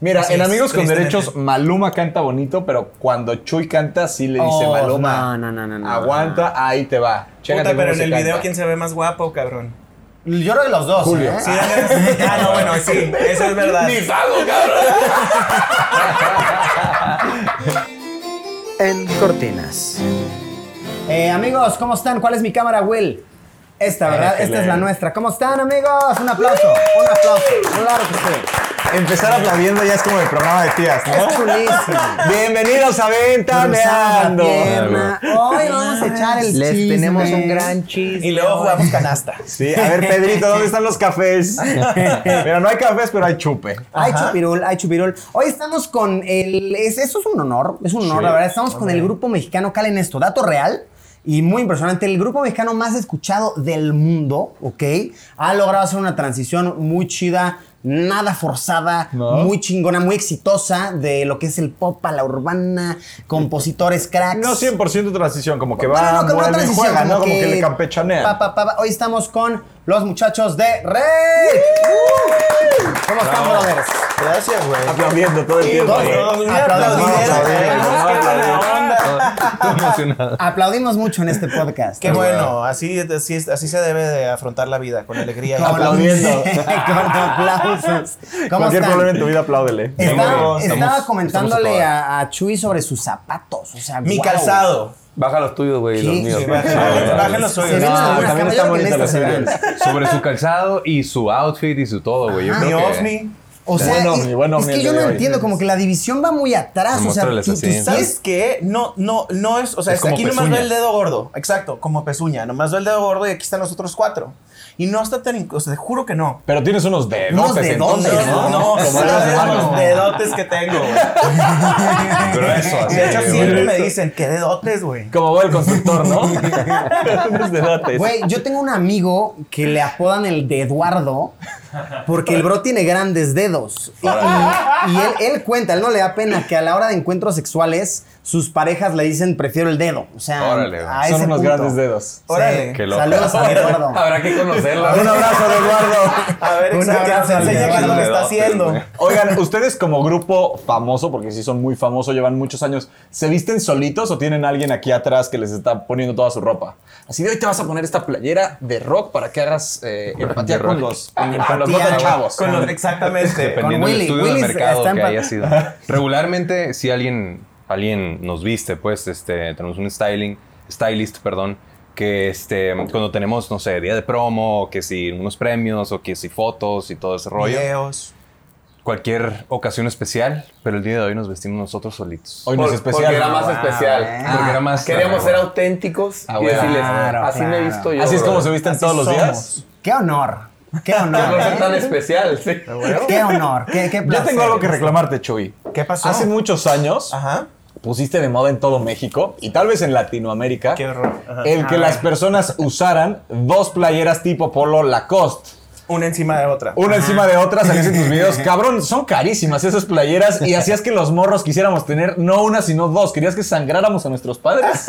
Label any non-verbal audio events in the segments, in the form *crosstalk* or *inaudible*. Mira, Así en es, Amigos con tristemente. Derechos, Maluma canta bonito, pero cuando Chuy canta, sí le dice Oh, Maluma. no, no, no, no, Aguanta, ahí te va. Chécate Puta, cómo pero en se el canta. video, ¿quién se ve más guapo, cabrón? Yo creo que los dos. Julio. ¿eh? Sí, dame- ah, no, bueno, sí, eso es verdad. Ni salgo, cabrón. En cortinas. Eh, amigos, ¿cómo están? ¿Cuál es mi cámara, Will? Esta, ¿verdad? Esta es la nuestra. ¿Cómo están, amigos? Un aplauso. Un aplauso. Claro que sí. Empezar aplaudiendo ya es como el programa de tías, ¿no? Es chulísimo. Bienvenidos a Cruzada Ventaneando. pierna. Hoy vamos a echar el Les chisme. tenemos un gran Y chiste. luego jugamos canasta. Sí, a ver, Pedrito, ¿dónde están los *laughs* cafés? Mira, no hay cafés, pero hay chupe. Ay, chupirul, ay, chupirul. Hoy estamos con el. es- eso es un honor, es un honor, la verdad. Estamos con el grupo mexicano Calen Esto, dato real. Y muy impresionante, el grupo mexicano más escuchado del mundo, ¿ok? Ha logrado hacer una transición muy chida, nada forzada, muy chingona, muy exitosa de lo que es el pop a la urbana, compositores cracks. No 100% transición, como que Bueno, va, no, como una vuelve, transición, juega, ¿no? Como que, le campechanea. pa, pa, pa, pa. Hoy estamos con los muchachos de Rey. ¿Cómo *laughs* están, brothers? Gracias, güey. Aplaudiendo todo el tiempo. Dos, güey. dos, Todos, mira, Aplausos, todos vamos a vieron, ver, ¿eh? vamos Qué buena onda. Estoy emocionado. Aplaudimos mucho en este podcast. Qué bueno, así, así, así se debe de afrontar la vida, con alegría. *laughs* Con- Aplaudiendo. con aplausos. ¿Cómo Cualquier están? problema en tu vida, apláudele. Estaba, Estamos- estaba estamos- comentándole estamos a a, a Chuy sobre sus zapatos. O sea, Mi guau. calzado. Baja los tuyos, güey, Sí, los míos. sí, Bajen bajen los Ah, Se suyos. ven No, algunas también están cámaras, yo creo que en bonitas esta las se verán. *laughs* Sobre su calzado y su outfit y su todo, güey. Yo Ajá. Mi creo que... ovni. O sea, Bueno, es, mi buen es hombre que yo de no hoy. ¿eh? entiendo, como que la división va muy atrás. O sea, Demuéstrales tú, así. tú ¿Sabes sabes- qué? No, no, no es. O sea, Es es- como aquí nomás pezuña. veo el dedo gordo. Exacto, como pezuña. Nomás veo el dedo gordo y aquí están los otros cuatro. Y no está tan. inc- O sea, te juro que no. Pero tienes unos dedos. Unos dedotes, No, no, Como sabes los los humanos. dedotes que tengo. güey. Grueso, así, De hecho, güey. siempre me dicen, ¿qué dedotes, güey? Como voy el constructor, *laughs* ¿no? *laughs* unos dedotes. Güey, yo tengo un amigo que le apodan el de Eduardo porque el bro tiene grandes dedos. Y, y- y él, él cuenta, él no le da pena que a la hora de encuentros sexuales sus parejas le dicen prefiero el dedo. O sea, Órale, güey. a Son ese unos punto. grandes dedos. Órale. Qué loco. Saludos a Eduardo. Habrá que conocerlo. Un abrazo de Eduardo. A ver, Un exacto, abrazo que nos al enseña dedote. qué es lo que está Dedotes, haciendo. güey. Oigan, ustedes como grupo famoso, porque sí son muy famosos, llevan muchos años, ¿se visten solitos o tienen alguien aquí atrás que les está poniendo toda su ropa? Así de hoy te vas a poner esta playera de rock para que hagas eh, empatía con los, con los Empatía, botas güey. chavos. Con los- exactamente. Dependiendo Con del Willy, estudio Willy de mercado está que empa- haya sido. *laughs* Regularmente, si alguien, alguien nos viste, pues, este, tenemos un styling, stylist, perdón, que este, cuando tenemos, no sé, día de promo, que si unos premios, o que si fotos y todo ese rollo. Videos. Cualquier ocasión especial, pero el día de hoy nos vestimos nosotros solitos. Hoy no es Por- especial. porque ¿no? era más especial. Ah, porque era más. Queríamos ser auténticos. auténticos Ah, y güey. decirles, Claro, así me claro. he visto yo. Así es como se brother. visten todos los días. Qué honor. Qué Qué *laughs* honor. cosa ¿eh? tan especial, *laughs* sí. Qué honor. Qué, qué Yo placer. tengo algo que reclamarte, Chuy. ¿Qué pasó? Ah. Hace muchos años Ajá. pusiste de moda en todo México y tal vez en Latinoamérica Qué horror. Ajá. Ah. el que las personas usaran dos playeras tipo polo Lacoste. Una encima de otra. Una encima de otra, salías en tus *laughs* videos. Cabrón, son carísimas esas playeras y hacías que los morros quisiéramos tener no una, sino dos. Querías que sangráramos a nuestros *laughs* padres.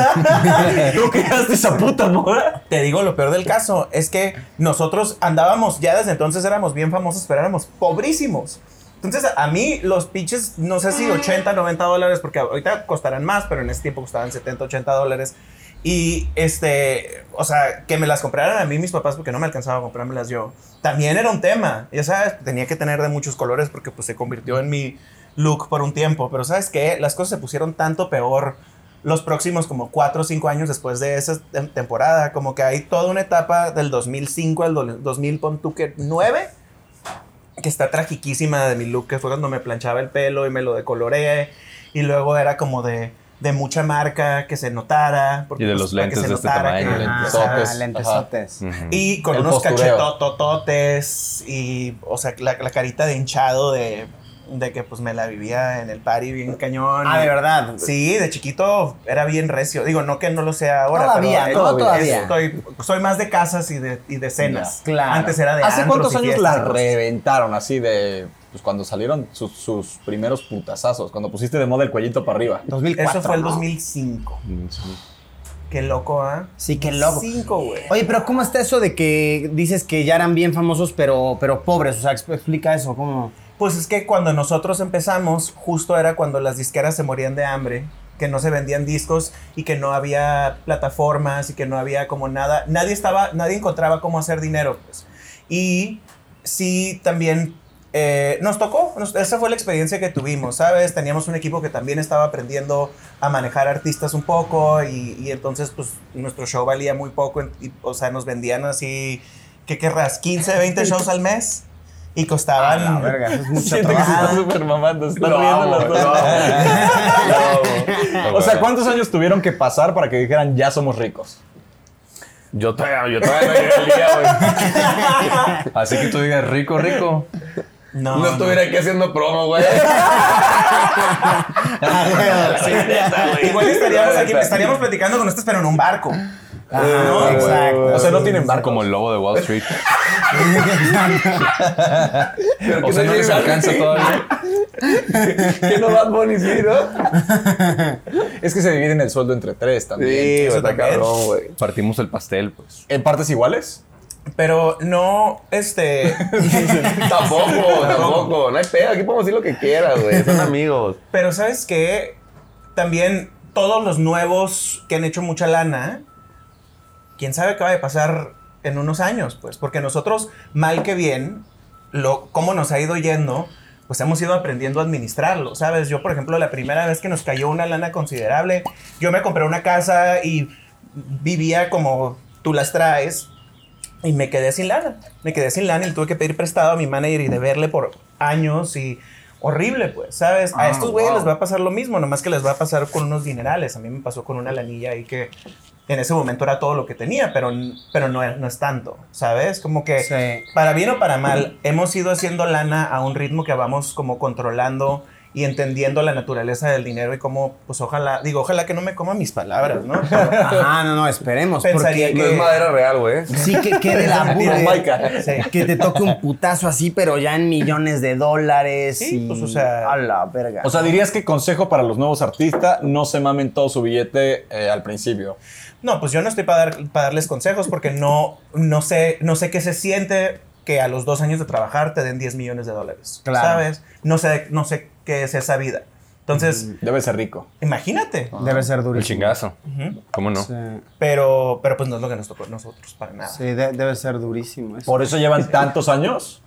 ¿Tú creaste esa puta moda? Te digo, lo peor del caso es que nosotros andábamos, ya desde entonces éramos bien famosos, pero éramos pobrísimos. Entonces, a mí los pinches, no sé si 80, 90 dólares, porque ahorita costarán más, pero en ese tiempo costaban 70, 80 dólares. Y este, o sea, que me las compraran a mí mis papás porque no me alcanzaba a comprármelas yo. También era un tema, ya sabes, tenía que tener de muchos colores porque pues se convirtió en mi look por un tiempo. Pero sabes qué, las cosas se pusieron tanto peor los próximos como 4 o 5 años después de esa tem- temporada. Como que hay toda una etapa del 2005 al do- 2000, pon tú que 9, que está tragiquísima de mi look, que fue cuando me planchaba el pelo y me lo decoloreé. Y luego era como de, de mucha marca, que se notara. porque, Y de pues, los para que lentes se de este notara tamaño, que- lentes. Ajá. Ah, lentesotes. Y con El unos postureo. cachetotototes y, o sea, la, la carita de hinchado de, de que pues me la vivía en el party bien cañón. Ah, de verdad. Sí, de chiquito era bien recio. Digo, no que no lo sea ahora. Todavía, pero, no, es- todavía. Estoy, soy más de casas y de, y de cenas. Ya, claro. Antes era de ¿Hace antros cuántos y años fiestas. la reventaron así de... Pues cuando salieron sus, sus primeros putazazos, cuando pusiste de moda el cuellito para *laughs* arriba. *laughs* 2004. Eso fue el ¿no? 2005. Qué loco, ¿ah? Sí, qué loco. Cinco, güey. Oye, pero ¿cómo está eso de que dices que ya eran bien famosos, pero, pero pobres? O sea, exp- explica eso, ¿cómo? Pues es que cuando nosotros empezamos, justo era cuando las disqueras se morían de hambre, que no se vendían discos y que no había plataformas y que no había como nada. Nadie estaba, nadie encontraba cómo hacer dinero, pues. Y sí, también eh, nos tocó, nos- esa fue la experiencia que tuvimos, ¿sabes? Teníamos un equipo que también estaba aprendiendo a manejar artistas un poco y, y entonces, pues, nuestro show valía muy poco, en- y, o sea, nos vendían así, ¿qué querrás? 15, *laughs* 20 shows al mes y costaban... La Ah, verga, eso es mucho Siento que se trabajo. Ah. está súper mamando, se están Lo riendo amo, las dos. lo *laughs* O sea, ¿cuántos años tuvieron que pasar para que dijeran ya somos ricos? Yo todavía, yo todavía no llegué al día, güey. *laughs* Así que tú digas rico, rico. No, No, no. estuviera aquí haciendo promo, güey. Igual estaríamos, aquí- estaríamos platicando con ustedes, pero en un barco. Ah, Ajá, exacto. O sea, no tienen barco. barco. Como el lobo de Wall Street. O sea, no les alcanza todavía. Que no Bad Bunny, sí, ¿no? *laughs* Es que se dividen el sueldo entre tres también. Sí, Eso güey, está también. *laughs* cabrón, güey. Partimos el pastel, pues. ¿En partes iguales? Pero no, este. *laughs* Tampoco, tampoco. No hay pedo. Aquí podemos decir lo que quieras, güey. Son amigos. Pero sabes que también todos los nuevos que han hecho mucha lana, quién sabe qué va a pasar en unos años, pues. Porque nosotros, mal que bien, lo, cómo nos ha ido yendo, pues hemos ido aprendiendo a administrarlo, ¿sabes? Yo, por ejemplo, la primera vez que nos cayó una lana considerable, yo me compré una casa y vivía como tú las traes, y me quedé sin lana. Me quedé sin lana y le tuve que pedir prestado a mi manager y deberle por años y horrible, pues, ¿sabes? a estos güeyes les va a pasar lo mismo, nomás que les va a pasar con unos dinerales. A mí me pasó con una lanilla ahí que en ese momento era todo lo que tenía, pero, pero no, es- no es tanto, ¿sabes? Como que Sí. para bien o para mal, hemos ido haciendo lana a un ritmo que vamos como controlando y entendiendo la naturaleza del dinero y cómo, pues ojalá, digo, ojalá que no me coma mis palabras, ¿no? Pero- *laughs* Ajá, no, no, esperemos. Pensaría Porque No es madera real, güey. sí que quede la *laughs* burla. Jamaica. Sí. Que te toque un putazo así, pero ya en millones de dólares. Sí, y- pues, o sea- A la verga. O sea, dirías que consejo para los nuevos artistas, no se mamen todo su billete eh, al principio. No, pues yo no estoy para darles consejos porque no, no, sé, no sé qué se siente que a los dos años de trabajar te den 10 millones de dólares. Claro. ¿Sabes? No sé, no sé qué es esa vida. Entonces, Debe ser rico. imagínate. Debe ser El durísimo. chingazo. ¿Cómo no? Sí, Pero, pero pues no es lo que nos tocó a nosotros para nada. sí, de- debe ser durísimo. eso. ¿Por eso llevan tantos años?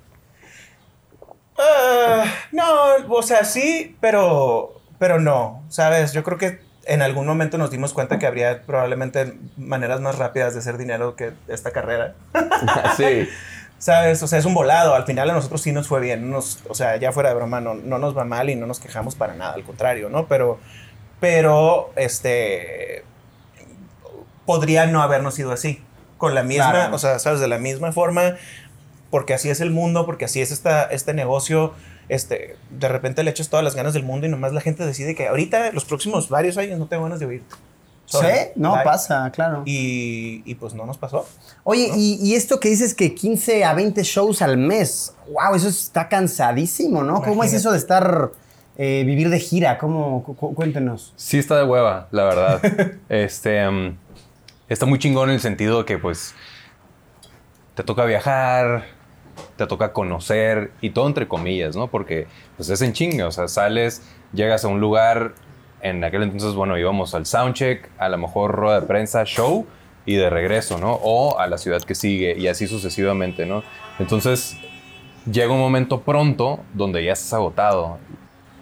Ah, no, o sea, sí, pero, pero no. ¿Sabes? Yo creo que en algún momento nos dimos cuenta que habría probablemente maneras más rápidas de hacer dinero que esta carrera. Sí. ¿Sabes? O sea, es un volado. Al final a nosotros sí nos fue bien. Nos, o sea, ya fuera de broma, no, no nos va mal y no nos quejamos para nada. Al contrario, ¿no? Pero, pero, este, podría no habernos ido así. Con la misma, Claro. o sea, ¿sabes? De la misma forma, porque así es el mundo, porque así es esta, este negocio. Este, de repente le echas todas las ganas del mundo y nomás la gente decide que ahorita, los próximos varios años, no tengo ganas de oír. Sí, no Bye. pasa, claro. Y, y pues no nos pasó. Oye, y, y esto que dices que 15 a 20 shows al mes, wow, eso está cansadísimo, ¿no? ¿Cómo es Imagínate. eso de estar, eh, vivir de gira? ¿Cómo? Cu- cu- cuéntenos. Sí está de hueva, la verdad. este mm, está muy chingón en el sentido de que pues te toca viajar, te toca conocer y todo entre comillas, ¿no? Porque pues es en chinga, o sea, sales, llegas a un lugar, en aquel entonces, bueno, íbamos al soundcheck, a lo mejor rueda de prensa, show y de regreso, ¿no? O a la ciudad que sigue y así sucesivamente, ¿no? Entonces llega un momento pronto donde ya estás agotado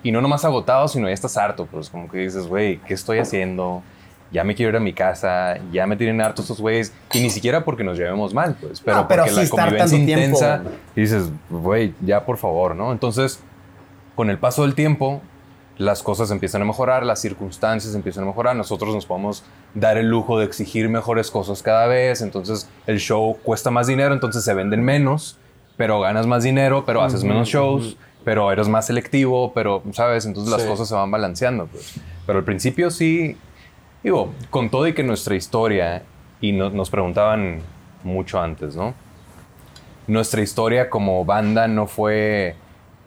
y no nomás agotado, sino ya estás harto, pues como que dices, güey, ¿qué estoy haciendo? Ya me quiero ir a mi casa, ya me tienen harto estos güeyes, y ni siquiera porque nos llevemos mal, pues, pero, No, pero porque sí la estar convivencia tanto tiempo. intensa, y dices, güey, ya por favor, ¿no? Entonces, con el paso del tiempo, las cosas empiezan a mejorar, las circunstancias empiezan a mejorar, nosotros nos podemos dar el lujo de exigir mejores cosas cada vez, entonces el show cuesta más dinero, entonces se venden menos, pero ganas más dinero, pero haces menos shows, pero eres más selectivo, pero, ¿sabes? Entonces las Sí. cosas se van balanceando, pues. Pero al principio sí, digo, con todo y que nuestra historia, y no- nos preguntaban mucho antes, ¿no? nuestra historia como banda no fue,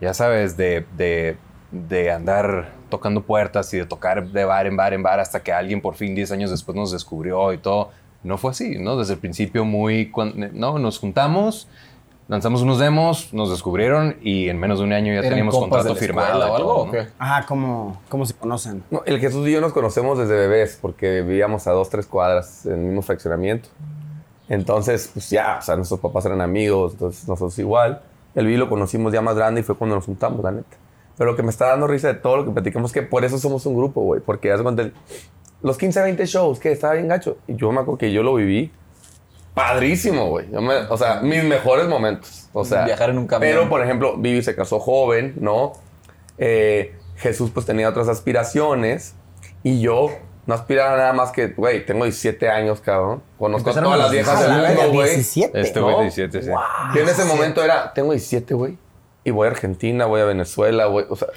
ya sabes, de, de- de andar tocando puertas y de tocar de bar en bar en bar hasta que alguien por fin 10 años después nos descubrió y todo. No fue así, ¿no? Desde el principio muy... cuan- No, nos juntamos, Lanzamos unos demos, nos descubrieron y en menos de un año ya ¿Eran teníamos compas contrato de la escuela firmado. y o algo? todo, o ¿no? qué? Ah, ¿cómo, cómo se conocen? No, el Jesús y yo nos conocemos desde bebés porque vivíamos a dos, tres cuadras en el mismo fraccionamiento. Entonces, pues ya, o sea, nuestros papás eran amigos, entonces nosotros igual. El vi lo conocimos ya más grande y fue cuando nos juntamos, la neta. Pero lo que me está dando risa de todo lo que platicamos es que por eso somos un grupo, güey. Porque haz de cuenta, el- los 15, 20 shows, que estaba bien gacho. Y yo me acuerdo que yo lo viví padrísimo, güey. Yo me- O sea, mis mejores momentos. O sea, Viajar en un camión. Pero, por ejemplo, Vivi se casó joven, ¿no? Eh, Jesús pues tenía otras aspiraciones y yo no aspiraba a nada más que, güey, tengo 17 años, cabrón. Conozco a Empezaron todas a las los viejas del Ah, la verga, mundo, güey. 17. Este güey ¿No? 17, sí. Yo en ese momento era, tengo 17, güey, y voy a Argentina, voy a Venezuela, güey, o sea,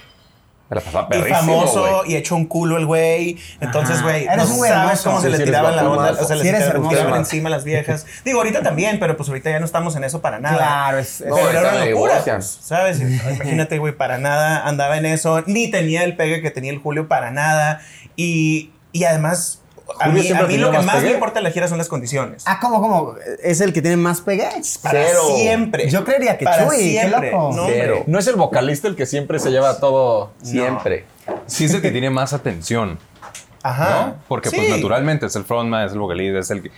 me la pasaba Y perrísimo, famoso güey. y hecho un culo el güey. Entonces, Ajá. güey, Eres no un güey sabes hermoso. cómo se Sí, le sí, eres tiraban la guapo, onda. hermoso. O sea, Sí, le eres tiraban hermoso. encima las *laughs* viejas. Digo, ahorita también, pero pues ahorita ya no estamos en eso para nada. Claro, es- es- No, pero ahorita era una me locura, divorcian. pues, *laughs* ¿sabes? Imagínate, güey, para nada andaba en eso. Ni tenía el pegue que tenía el Julio para nada. Y, y además, a Julio mí, a siempre ha mí tenido lo que más más pegue. me importa de la gira son las condiciones. Ah, ¿cómo, cómo? ¿Es el que tiene más pegue? Para Cero. siempre. Yo creería que para Chuy, qué siempre. loco. No, hombre. Cero. ¿No es el vocalista el que siempre se lleva todo? Siempre. Sí es el que tiene más atención, Ajá. Ah, ¿no? Porque Sí. pues naturalmente es el frontman, es el vocalista, es el que...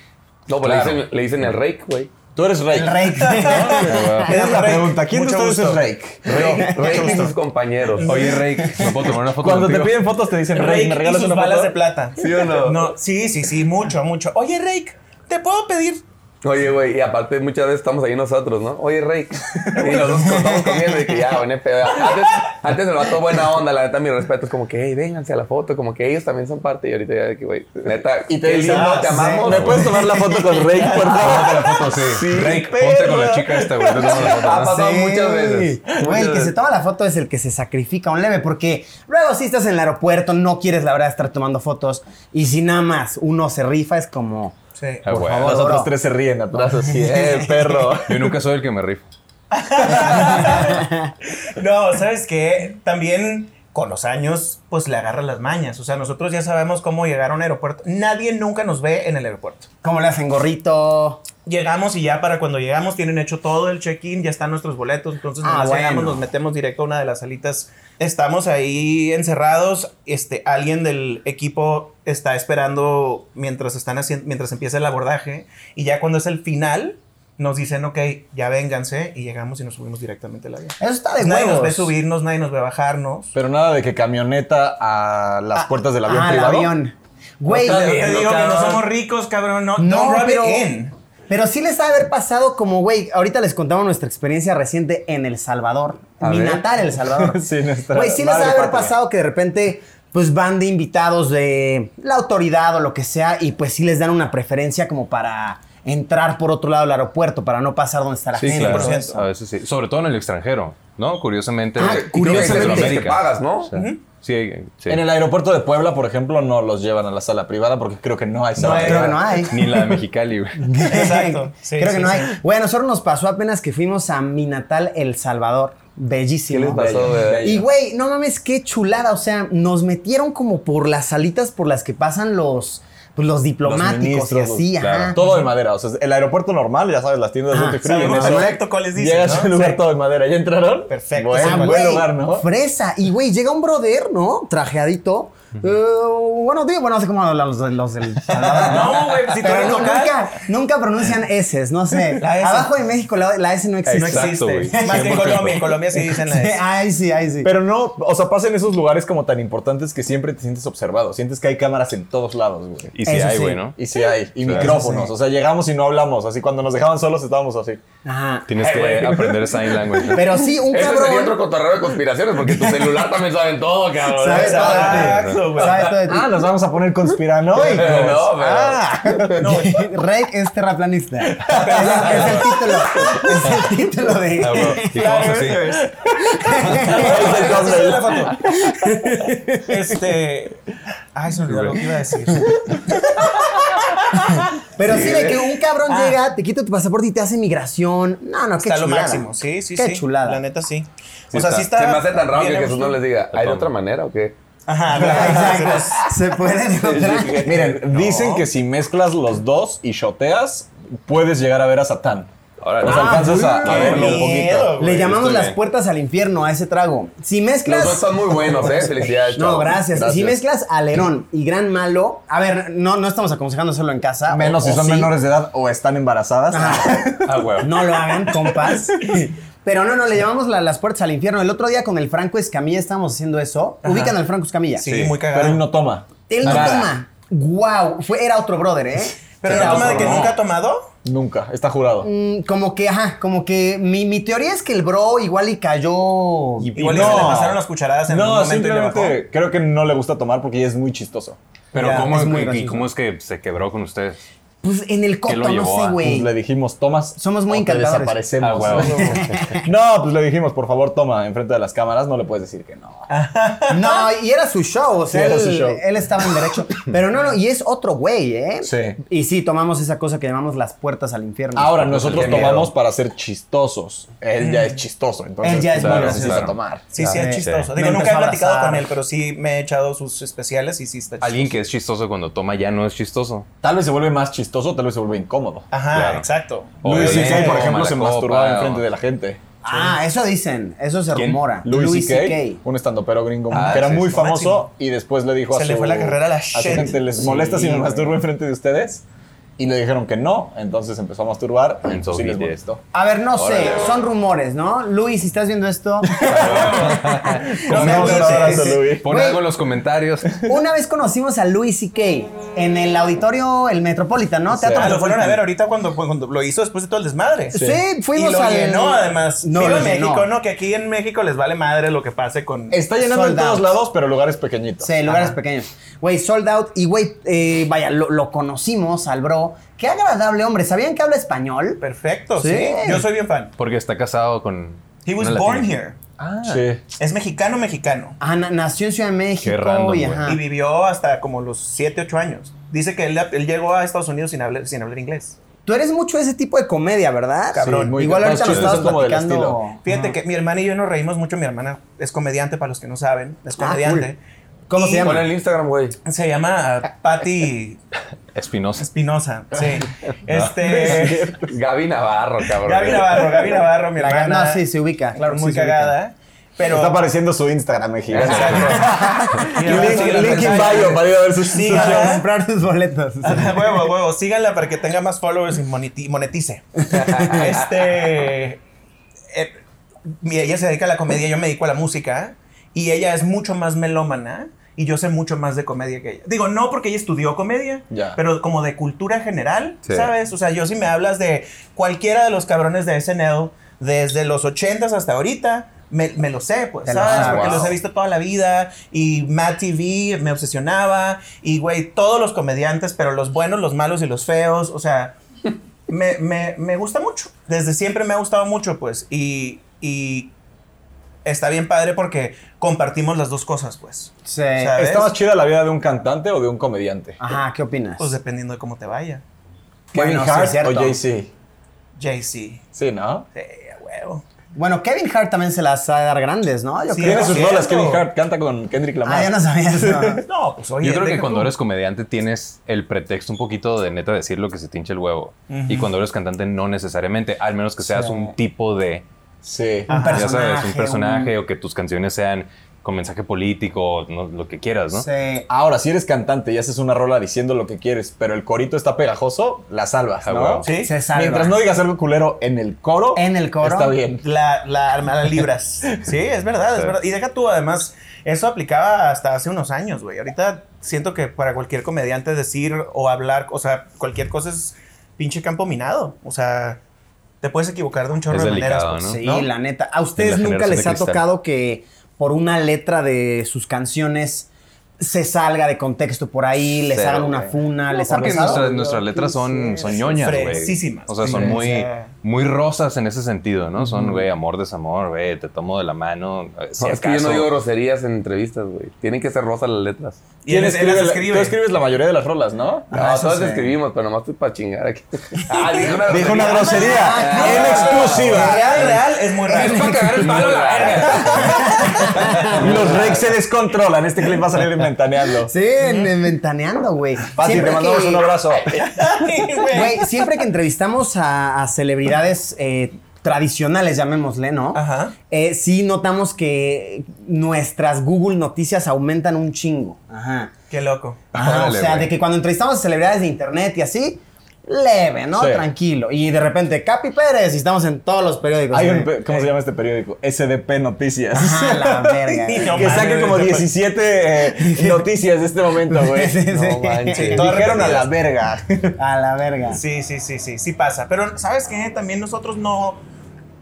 No, pero Claro. le, dicen, le dicen el rake, güey. Tú eres Rake. *laughs* El Rake. Esa Ah, Esa es la Rake, pregunta. ¿Quién de mucho ustedes es gusto. Rake? Rake, rake y sus compañeros. Oye, Rey, ¿me puedo tomar una foto Cuando te contigo?" piden fotos te dicen Rake, Rake ¿me y regalas sus una balas foto? de *laughs* plata. ¿Sí o no? No, sí, sí, sí, mucho, mucho. Oye, Rake, ¿te puedo pedir? Oye, güey, y aparte muchas veces estamos ahí nosotros, ¿no? Oye, Rey. Y nos dos estamos comiendo y que ya, bueno, pedo. Antes, antes el vato buena onda, la neta, mi respeto es como que, hey, vénganse a la foto, como que ellos también son parte. Y ahorita ya de que, güey, neta, Y te qué dicen, lindo, "Ah, te sí, amamos. ¿Me güey". puedes tomar la foto con Rake, por favor? Tómate la foto, sí. Rey, ponte con la chica esta, güey. te tomo la foto. Ha pasado muchas veces. Güey, Muchas el que se veces. toma la foto es el que se sacrifica un leve, porque luego si estás en el aeropuerto, no quieres la verdad estar tomando fotos, y si nada más uno se rifa, es como, Sí. Ah, por güey. *laughs* favor, Los *laughs* otros bro. tres se ríen atrás así, *laughs* eh, perro. Yo nunca soy el que me rifo. No, ¿sabes qué? También con los años, pues le agarra las mañas. O sea, nosotros ya sabemos cómo llegar a un aeropuerto. Nadie nunca nos ve en el aeropuerto. ¿cómo le hacen gorrito? Llegamos y ya para cuando llegamos tienen hecho todo el check-in, ya están nuestros boletos, entonces Ah, nomás llegamos, bueno. nos metemos directo a una de las salitas, estamos ahí encerrados, este, alguien del equipo está esperando mientras, están haci- mientras empieza el abordaje y ya cuando es el final nos dicen, ok, ya vénganse y llegamos y nos subimos directamente al avión. Pues Eso está Ah, de Nadie nos ve huevos. subirnos, nadie nos ve bajarnos. Pero nada de que camioneta a las puertas del avión ah, privado. el avión. Güey, No, Yo también. te digo que no cabrón. somos ricos, cabrón. No, No, don't rub it pero, in. *laughs* pero sí les ha de haber pasado como, güey, ahorita les contamos nuestra experiencia reciente en El Salvador. A mi ver. natal El Salvador. Sí, nuestra Güey, sí les ha de madre haber patria. pasado que de repente pues van de invitados de la autoridad o lo que sea y pues sí les dan una preferencia como para entrar por otro lado del aeropuerto para no pasar donde está la Sí, gente. claro. todo eso. A veces sí. Sobre todo en el extranjero, ¿no? Curiosamente. Ah, creo que en curiosamente. Centroamérica. Que pagas, ¿no? O sea, Sí, hay- sí. En el aeropuerto de Puebla, por ejemplo, no los llevan a la sala privada porque creo que no hay sala No hay, privada. Creo que no *laughs* hay. Ni la de Mexicali, güey. *laughs* Exacto. Sí, Creo sí, que no sí. hay. Güey, a nosotros nos pasó apenas que fuimos a mi natal El Salvador. Bellísimo. ¿Qué les pasó, güey? Y güey, no mames, qué chulada. O sea, nos metieron como por las salitas por las que pasan los, pues, los diplomáticos ministros, los- y así, claro. ajá. Todo de madera, o sea, el aeropuerto normal, ya sabes, las tiendas Ajá, duty free. sabemos en eso, perfecto cuáles dicen, Llegas ¿no? a un lugar Sí. todo de madera, ¿ya entraron? Perfecto. Bueno, Ah, buen güey, lugar, ¿no? Fresa. Y güey, llega un brother, ¿no? Trajeadito. Eh, bueno, tío, bueno, no sé cómo hablan los, los del. *laughs* No, güey, si tú Pero eres no, local. nunca, nunca pronuncian S, no sé. La S. Abajo de México la, la S no existe. No Exacto, güey. existe. Más que en 100%. Colombia. En Colombia sí dicen la Sí, S. Ay, sí, ay, sí. Pero no, o sea, pasa en esos lugares como tan importantes que siempre te sientes observado. Sientes que hay cámaras en todos lados, güey. Y sí Eso hay, sí. güey, ¿no? Y si hay, y Sí, micrófonos. O sea, llegamos y no hablamos. Así cuando nos dejaban solos estábamos así. Ajá. Tienes que aprender sign language. ¿no? Pero sí, un Este sería otro cabrón. cotorreo de conspiraciones porque tu celular también saben todo, cabrón. ¿Sabes? Exacto, *laughs* güey. ¿Sabes todo de ti? Ah, nos vamos a poner conspiranoicos. *laughs* *laughs* No, pero- Ah. Rey es terraplanista. Es el, es el título. Es el título Ah, de. güey. Y cosas así. Esa es la foto. Este. Ay, se me olvidó lo que iba a decir. Pero sí, ¿eh? de que un cabrón llega, te quita tu pasaporte y te hace migración. No, no, qué Está Ah. lo chulada. máximo. Sí, sí, qué sí. chulada. La neta sí. Sí o sea, está. sí está. Se me hace tan raro que bien Jesús no les diga, ¿hay de otra manera o qué? *laughs* Ajá, *laughs* claro. Exacto. Se puede encontrar. Miren, dicen que si mezclas los dos y shoteas, puedes llegar a ver a Satán. Órale. O Ah, sea, alcanzas a, a qué verlo un miedo, poquito. güey. Le llamamos estoy las bien. puertas al infierno a ese trago. Si Los mezclas. dos están muy buenos, ¿eh? Felicidades. No, chavo. gracias. Si mezclas alerón y gran malo, a ver, no, no estamos aconsejando hacerlo en casa. o- Ah, Menos si o son sí. menores de edad o están embarazadas. *laughs* Ajá. Ah, güey. No lo hagan, compas. Pero no, no, le llamamos la- las puertas al infierno. El otro día con el Franco Escamilla estábamos haciendo eso. Ubican al Franco Escamilla. Sí, muy cagado. Pero él no toma. Él no Nada. toma. Wow, fue, era otro brother, ¿eh? Pero Era la toma de otro que brother. nunca ha tomado. Nunca. Está jurado. Mm, Como que, ajá, como que mi, mi teoría es que el bro igual y cayó. Y- Igual y no. se le pasaron las cucharadas en un No, momento y le bajó. simplemente creo que no le gusta tomar porque ya es muy chistoso. Pero Ya, ¿cómo, es muy y- y, gracioso. cómo es que se quebró con ustedes? Pues en el coto, lo no llevó sé, a- Pues güey. le dijimos, tomas. Somos muy o te encantadores. Desaparecemos. Ah, huevo. *laughs* no, pues le dijimos, por favor, toma enfrente de las cámaras, no le puedes decir que no. No, y era su show, o sea, Sí, era su él, show. él estaba en derecho. Pero no, no, y es otro güey, ¿eh? Sí. Y sí, tomamos esa cosa que llamamos las puertas al infierno. Ahora, Pues, nosotros qué miedo. tomamos para ser chistosos. Él ya es chistoso, entonces. Él ya es pues, muy no necesita gracioso. tomar. Sí, sí, Sí. es chistoso. Me Digo, nunca he empezó a platicado abrazar. con él, pero sí me he echado sus especiales y sí está chistoso. Alguien que es chistoso cuando toma ya no es chistoso. Tal vez se vuelve más chistoso, tal vez se vuelve incómodo. Ajá, Claro. exacto. O Luis el C.K., por toma ejemplo, la se copa, masturbaba o- enfrente de la gente. Ah, eso dicen, eso se rumora. Luis C.K., CK. un estandopero gringo Ah, que era sí, muy lo famoso máximo. y después le dijo a Se le su- fue la carrera a la a su shit. gente, ¿les molesta si me masturbo enfrente de ustedes? Y le dijeron que no, entonces empezó a masturbar y Entonces, sí les y- molestó. A ver, no sé, son rumores, ¿no? Luis, si estás *laughs* viendo esto, *laughs* Le damos un abrazo, Luis. Pon Güey. algo en los comentarios. una vez conocimos a Luis CK en el auditorio, el Metropolitan, ¿no? Teatro Ah, lo fueron a Metropolitan. ver ahorita cuando, pues, cuando lo hizo después de todo el desmadre. Sí, fuimos y lo al- llenó además. No, No, lo en llenó. México, ¿no? Que aquí en México les vale madre lo que pase con... Está llenando en Sold todos out. lados, pero lugares pequeñitos. Sí, lugares pequeños. Güey, sold out. Y güey, eh, vaya, lo, lo conocimos al bro. Qué agradable hombre. ¿Sabían que habla español? Perfecto, Sí. sí. Yo soy bien fan. Porque está casado con. He was una born latina. here. Sí. Es mexicano, mexicano. Ah, na- nació en Ciudad de México. Qué random, y, güey. ajá. Y vivió hasta como los 7, 8 años. Dice que él, él llegó a Estados Unidos sin hablar, sin hablar inglés. Tú eres mucho de ese tipo de comedia, ¿verdad? Cabrón, muy Igual cabrón. ahorita nos Los chistes estabas son como del platicando. estilo. Ah. Fíjate que mi hermana y yo nos reímos mucho. Mi hermana es comediante, para los que no saben. Es Ah, comediante. ¿Cómo Y se Pon llama? el Instagram, güey. Se llama ah, Patty Espinosa. Espinosa. *laughs* Sí. Ah. Este. Gaby Navarro, cabrón. Gaby *laughs* Navarro, Gaby Navarro, mi La hermana. Ah, no, sí, se ubica. Claro, muy sí, se ubica. cagada. ¿eh? Pero. Está apareciendo su Instagram mexicano. Exacto. Y link, link in bio para ir a ver sus Sí, sus- ajá. Para comprar sus boletos. *laughs* A huevo, a huevo. Síganla para que tenga más followers y moneti- monetice. este. eh, mi- ella se dedica a la comedia, yo me dedico a la música. Y ella es mucho más melómana. Y yo sé mucho más de comedia que ella. Digo, no porque ella estudió comedia, Ya. pero como de cultura general, Sí. ¿sabes? O sea, yo si me hablas de cualquiera de los cabrones de SNL, desde los 80s hasta ahorita, me, me lo sé, pues, Te lo ¿sabes? sabes. Porque Wow. los he visto toda la vida y Mad TV me obsesionaba y, güey, todos los comediantes, pero los buenos, los malos y los feos, o *laughs* sea, me, me- me gusta mucho. Desde siempre me ha gustado mucho, pues, y, y está bien padre porque compartimos las dos cosas, pues. Sí. ¿Sabes? ¿Está más chida la vida de un cantante o de un comediante? Ajá, ¿qué opinas? Pues dependiendo de cómo te vaya. Kevin Ah, Bueno, sí, Hart cierto. o Jay-Z. Jay-Z. Sí, ¿no? Sí, a huevo. Bueno, Kevin Hart también se las sabe dar grandes, ¿no? Yo Sí, Tiene es sus cierto. rolas, Kevin Hart. Canta con Kendrick Lamar. Ah, yo no sabía eso. *laughs* No, pues oye. Yo creo que deja cuando tú. eres comediante tienes el pretexto un poquito de neta decir lo que se te hincha el huevo. Y cuando eres cantante no necesariamente, al menos que seas un tipo de, Sí. Un ya sabes, un personaje, personaje o que tus canciones sean con mensaje político o no- lo que quieras, ¿no? Sí. Ahora, si eres cantante y haces una rola diciendo lo que quieres, pero el corito está pegajoso, la salvas, Ah, ¿no? huevo. Sí. Se salva. Mientras no digas algo culero en el coro. En el coro. Está bien. La, la arma la *laughs* libras. Sí, es verdad, es Sí. verdad. Y deja tú, además, eso aplicaba hasta hace unos años, güey. Ahorita siento que para cualquier comediante decir o hablar, o sea, cualquier cosa es pinche campo minado. O sea, te puedes equivocar de un chorro Es de maneras. delicado, pues. ¿no? Sí, ¿No? la neta. ¿A ustedes En la nunca les generación ha de cristal. tocado que por una letra de sus canciones se salga de contexto por ahí, les Cero, hagan una güey. funa, les ha Porque pasado? nuestras, nuestras letras son, son ñoñas, güey. Fresísimas. O sea, son Sí. muy, Sí. muy rosas en ese sentido, ¿no? Son, güey, amor, desamor, güey, te tomo de la mano. eh, Si No, es que yo no acaso. digo groserías en entrevistas, güey. Tienen que ser rosas las letras. Y él, él las la- escribe. Tú escribes la mayoría de las rolas, ¿no? Ah, No, todas escribimos, pero nomás estoy para *laughs* chingar aquí. Ah, dijo una Dijo una grosería. Ah, en no. exclusiva. *laughs* Real, real, es muy Es raro. *laughs* para cagar el palo a la verga. *laughs* Los regs se descontrolan. Este clip va a salir en ventaneando. Sí, en- en Ventaneando, güey. Pati, te Siempre mandamos que- un abrazo. *laughs* Güey, siempre que entrevistamos a, a celebridades eh, tradicionales, llamémosle, ¿no? Ajá. Eh, sí notamos que nuestras Google Noticias aumentan un chingo. Ajá. Qué loco. Ajá, Órale, o sea, güey. de que cuando entrevistamos a celebridades de internet y así, leve, ¿no? Sí. Tranquilo. Y de repente, Capi Pérez, y estamos en todos los periódicos. Hay güey. un pe- ¿Cómo se llama este periódico? SDP Noticias. Ajá, la verga. güey. Ah, No que saque mames, como güey. 17 eh, noticias de este momento, güey. Sí, sí, sí. manches. Todas Dijeron a la verga. A la verga. Sí, sí, sí, sí, sí pasa. Pero sabes qué? también nosotros no,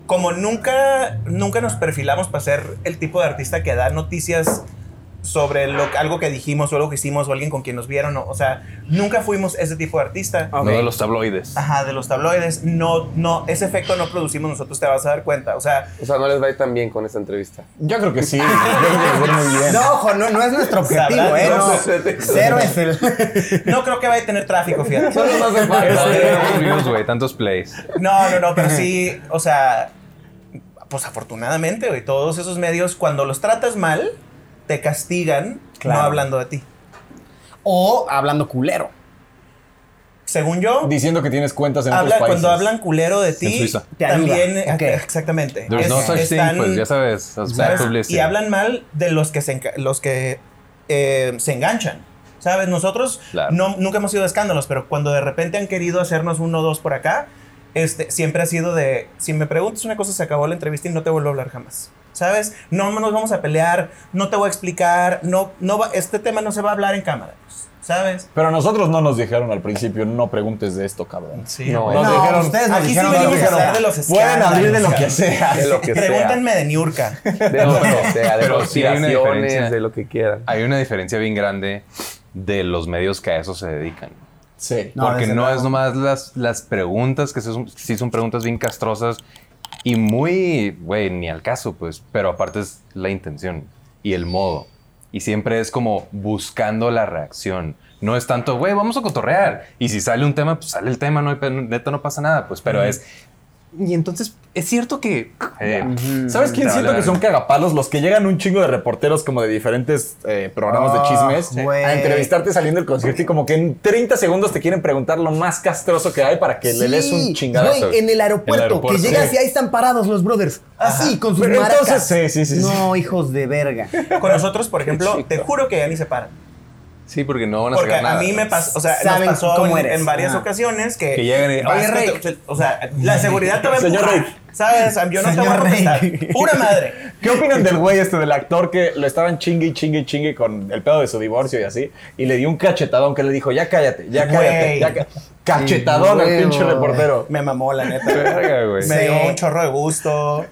como nunca, nunca nos perfilamos para ser el tipo de artista que da noticias sobre lo, algo que dijimos o algo que hicimos o alguien con quien nos vieron. O, o sea, nunca fuimos ese tipo de artista. No de *laughs* los tabloides. Ajá, de los tabloides, no, no, ese efecto no producimos nosotros, te vas a dar cuenta. O sea, O sea, no les va a ir tan bien con esta entrevista. Yo creo que sí. Yo creo que les va *laughs* muy bien. No, ojo, no, no es nuestro objetivo, Sabrá ¿eh? Dios. No. Cero es el. no creo que vaya a tener tráfico, fíjate. Solo nos hace Tantos falta. views, güey, tantos plays. No, no, no, pero sí, o sea, pues afortunadamente, güey, todos esos medios, cuando los tratas mal, te castigan no hablando de ti. O hablando culero. Según yo, Diciendo que tienes cuentas en habla- otros países. cuando hablan culero de ti, En Suiza. Te también, ayuda. Ok. exactamente. There's Es- no such están- thing, pues ya sabes. that's bad ¿sabes? publicity. Y hablan mal de los que se, enca- los que eh, se enganchan. ¿Sabes? Nosotros Claro. no, nunca hemos sido de escándalos, pero cuando de repente han querido hacernos uno o dos por acá, este, siempre ha sido de, si me preguntas una cosa, se acabó la entrevista y no te vuelvo a hablar jamás. ¿Sabes? No nos vamos a pelear, no te voy a explicar, no, no va- este tema no se va a hablar en cámara. pues, ¿Sabes? Pero a nosotros no nos dijeron al principio, no preguntes de esto, cabrón. Sí. No, Nos No, dijeron, ustedes nos Aquí sí dijeron nos venimos a dijeron, hablar de los Pueden escándalos, abrir de lo que cabrón". sea. de lo que sea. Ah, Pregúntenme de Niurka. De lo que sea, *laughs* de Pero sí hay una conspiraciones, diferencia. de lo que quieran. Hay una diferencia bien grande de los medios que a eso se dedican. Sí. No, porque desde no luego. es nomás las, las preguntas, que sí son, sí son preguntas bien castrosas y muy, güey, ni al caso, pues. Pero aparte es la intención y el modo. Y siempre es como buscando la reacción. No es tanto, güey, vamos a cotorrear. Y si sale un tema, pues sale el tema, no hay, pe- neta no pasa nada, pues. Mm. Pero es. Y entonces, es cierto que. Eh, Mm, ¿Sabes quién no, siento la- que son cagapalos? Los que llegan un chingo de reporteros como de diferentes eh, programas Ah, de chismes güey. a entrevistarte saliendo del concierto y como que en 30 segundos te quieren preguntar lo más castroso que hay para que le Sí, des un chingadazo. güey, en el aeropuerto, En el aeropuerto, que llegas sí. y ahí están parados los brothers. Así, con sus Pero maracas. entonces, sí, sí, sí, sí. No, hijos de verga. Con nosotros, por ejemplo, te juro que ya ni se paran. Sí, porque no van a Porque sacar a nada. mí me pasó, o sea, Saben nos pasó cómo en, eres. en varias Ajá. ocasiones que, Que llegan y, vas "Oye, con Rey". tu- o sea, la seguridad te va a Señor empujar, Rey. ¿sabes? Yo no te voy a Señor Rey. contestar. Pura madre. ¿Qué opinan del güey este, del actor que lo estaban chingue y chingue y chingue con el pedo de su divorcio y así? Y le dio un cachetadón que le dijo, ya cállate, ya cállate, Güey. ya ca- Cachetadón al Huevo. pinche reportero. Me mamó, la *laughs* neta. *laughs* Verga, pues. güey. Me Sí. dio un chorro de gusto.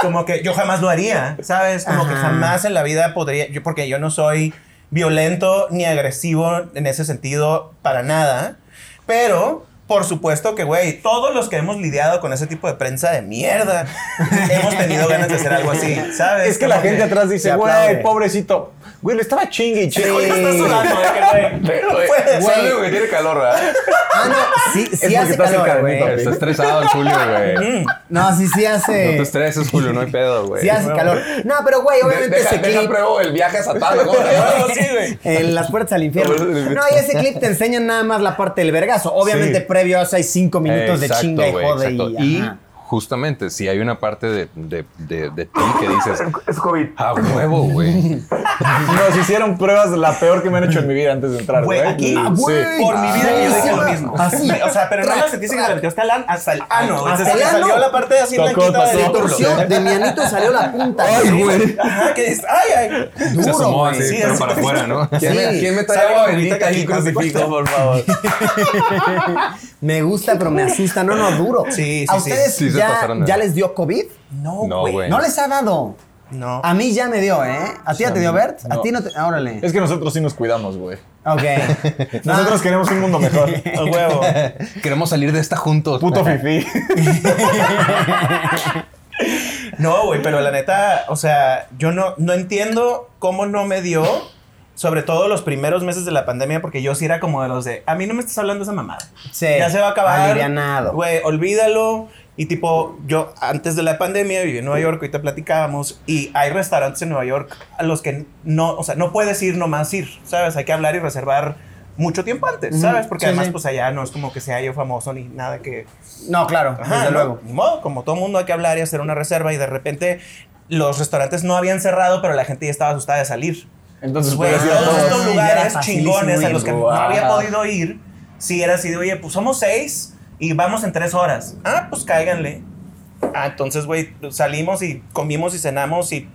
Como que yo jamás lo haría, ¿sabes? Como que Ajá. jamás en la vida podría, yo, porque yo no soy violento ni agresivo en ese sentido para nada. Pero, por supuesto que, güey, todos los que hemos lidiado con ese tipo de prensa de *laughs* mierda, hemos tenido ganas de hacer algo así, ¿sabes? Es que la Como gente atrás dice, se aplaude. güey, pobrecito. Güey, le estaba chingue y chingue. Oye, está sudando, de que, güey, Pero, no güey, puede ser. sale, güey, tiene calor, ¿verdad? Ah, no, sí, sí porque hace estás calor, encadenito, güey. Está estresado el Julio, güey. No, sí, sí hace. No te estreses, Julio, no hay pedo, güey. sí hace calor. No, pero güey, obviamente Deja, ese deja clip. pruebo el viaje a Satán. ¿cómo *laughs* se llama? No, sí, güey. En las puertas al infierno. No, y ese clip te enseñan nada más la parte del vergazo. Obviamente, previo a eso hay cinco minutos Exacto, de chinga y güey, jode exacto. y. ajá. justamente, si hay una parte de, de, de, de ti que dices... Es COVID. A huevo, *laughs* güey. Nos hicieron pruebas la peor que me han hecho en mi vida antes de entrar, Güey, güey. aquí, ah, Sí. güey. por mi vida, Ah, yo dije sí, lo va. mismo. Así. O sea, pero no Track, la sentiste que track. te metió hasta el ano. Hasta el ano. güey. Hasta Desde el que ano. salió la parte así Tocó, blanquita pasó. del Torció. torso. Torsión, De mi anito salió la punta. Ay, güey. Ajá, que dices, ay, ay. Se asomó güey. así, Sí, pero así. para *laughs* afuera, ¿no? ¿Quién, me, ¿Quién me trae Sabe agua como bendita ahorita aquí que aquí crucifijo, por favor? Me gusta, pero me asusta. No, no, duro. Sí, sí, ¿A sí. ustedes Sí, se ya, pasaron de- ya les dio COVID? No, güey. güey. No les ha dado. *laughs* No. A mí ya me dio, ¿eh? ¿A ti ya te dio, Bert? ¿A no. ti no te...? ah, Órale. Es que nosotros sí nos cuidamos, güey. Ok. *laughs* Nosotros queremos un mundo mejor. A huevo. Queremos salir de esta juntos. Puto fifí. No, güey, pero la neta, o sea, yo no, no entiendo cómo no me dio sobre todo los primeros meses de la pandemia, porque yo sí era como de los de, a mí no me estás hablando esa mamada. Sí. Ya se va a acabar. Ah, Alivianado. Güey, olvídalo. Y tipo, yo antes de la pandemia viví en Nueva York, ahorita platicábamos, y hay restaurantes en Nueva York a los que no, o sea, no puedes ir nomás ir, ¿sabes? Hay que hablar y reservar mucho tiempo antes, ¿sabes? Porque Sí, además, sí. pues allá no es como que sea yo famoso ni nada que... No, claro, Ajá, ¿no? desde luego. Ni modo, como todo mundo hay que hablar y hacer una reserva y de repente los restaurantes no habían cerrado, pero la gente ya estaba asustada de salir. Entonces, pues, Güey, puedes ir a todos todos. estos sí, ya lugares era chingones a facilísimo los que ir. no había Wow. podido ir, si era así de, oye, pues somos seis y vamos en tres horas. Ah, pues cáiganle. Ah, entonces, güey, salimos y comimos y cenamos y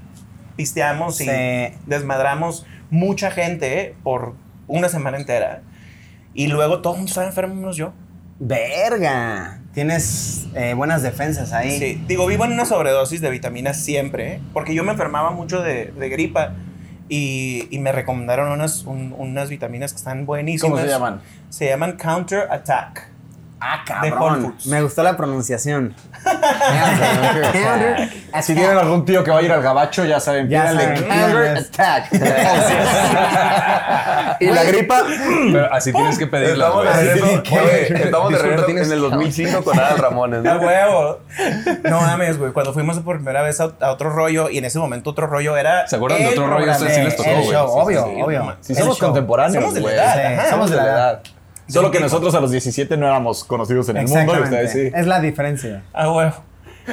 pisteamos y Sí. desmadramos mucha gente eh, por una semana entera. Y luego todo el mundo estaba enfermo menos yo. Verga. Tienes eh, buenas defensas ahí. Sí, digo, vivo en una sobredosis de vitaminas siempre, ¿eh? porque yo me enfermaba mucho de, de gripa y, y me recomendaron unas, un- unas vitaminas que están buenísimas. ¿Cómo se llaman? Se llaman Counter Attack. Ah, De Whole cabrón. Foods. Me gustó la pronunciación. Si tienen algún tío que va a ir al gabacho, ya saben, Ya pídanle saben. Counter Attack. y la gripa. Pero así tienes que pedirlas, Estamos güey. de regreso, ¿Qué? oye, estamos de Disculpa, regreso ¿tienes- en el 2005 con Adal Ramones. ¡A ¿no? huevo! No mames, güey. Cuando fuimos por primera vez a, a otro rollo, y en ese momento otro rollo era. ¿Se acuerdan de el otro rollo? programa. Sí, sí les tocó, el güey. show, Sí, sí, obvio, sí. obvio. Si El somos show. contemporáneos, Somos de la güey. edad, Sí, ajá. somos de la edad. Solo que nosotros a los 17 no éramos conocidos en el mundo, y ustedes sí. Exactamente. Es la diferencia. ¡A huevo!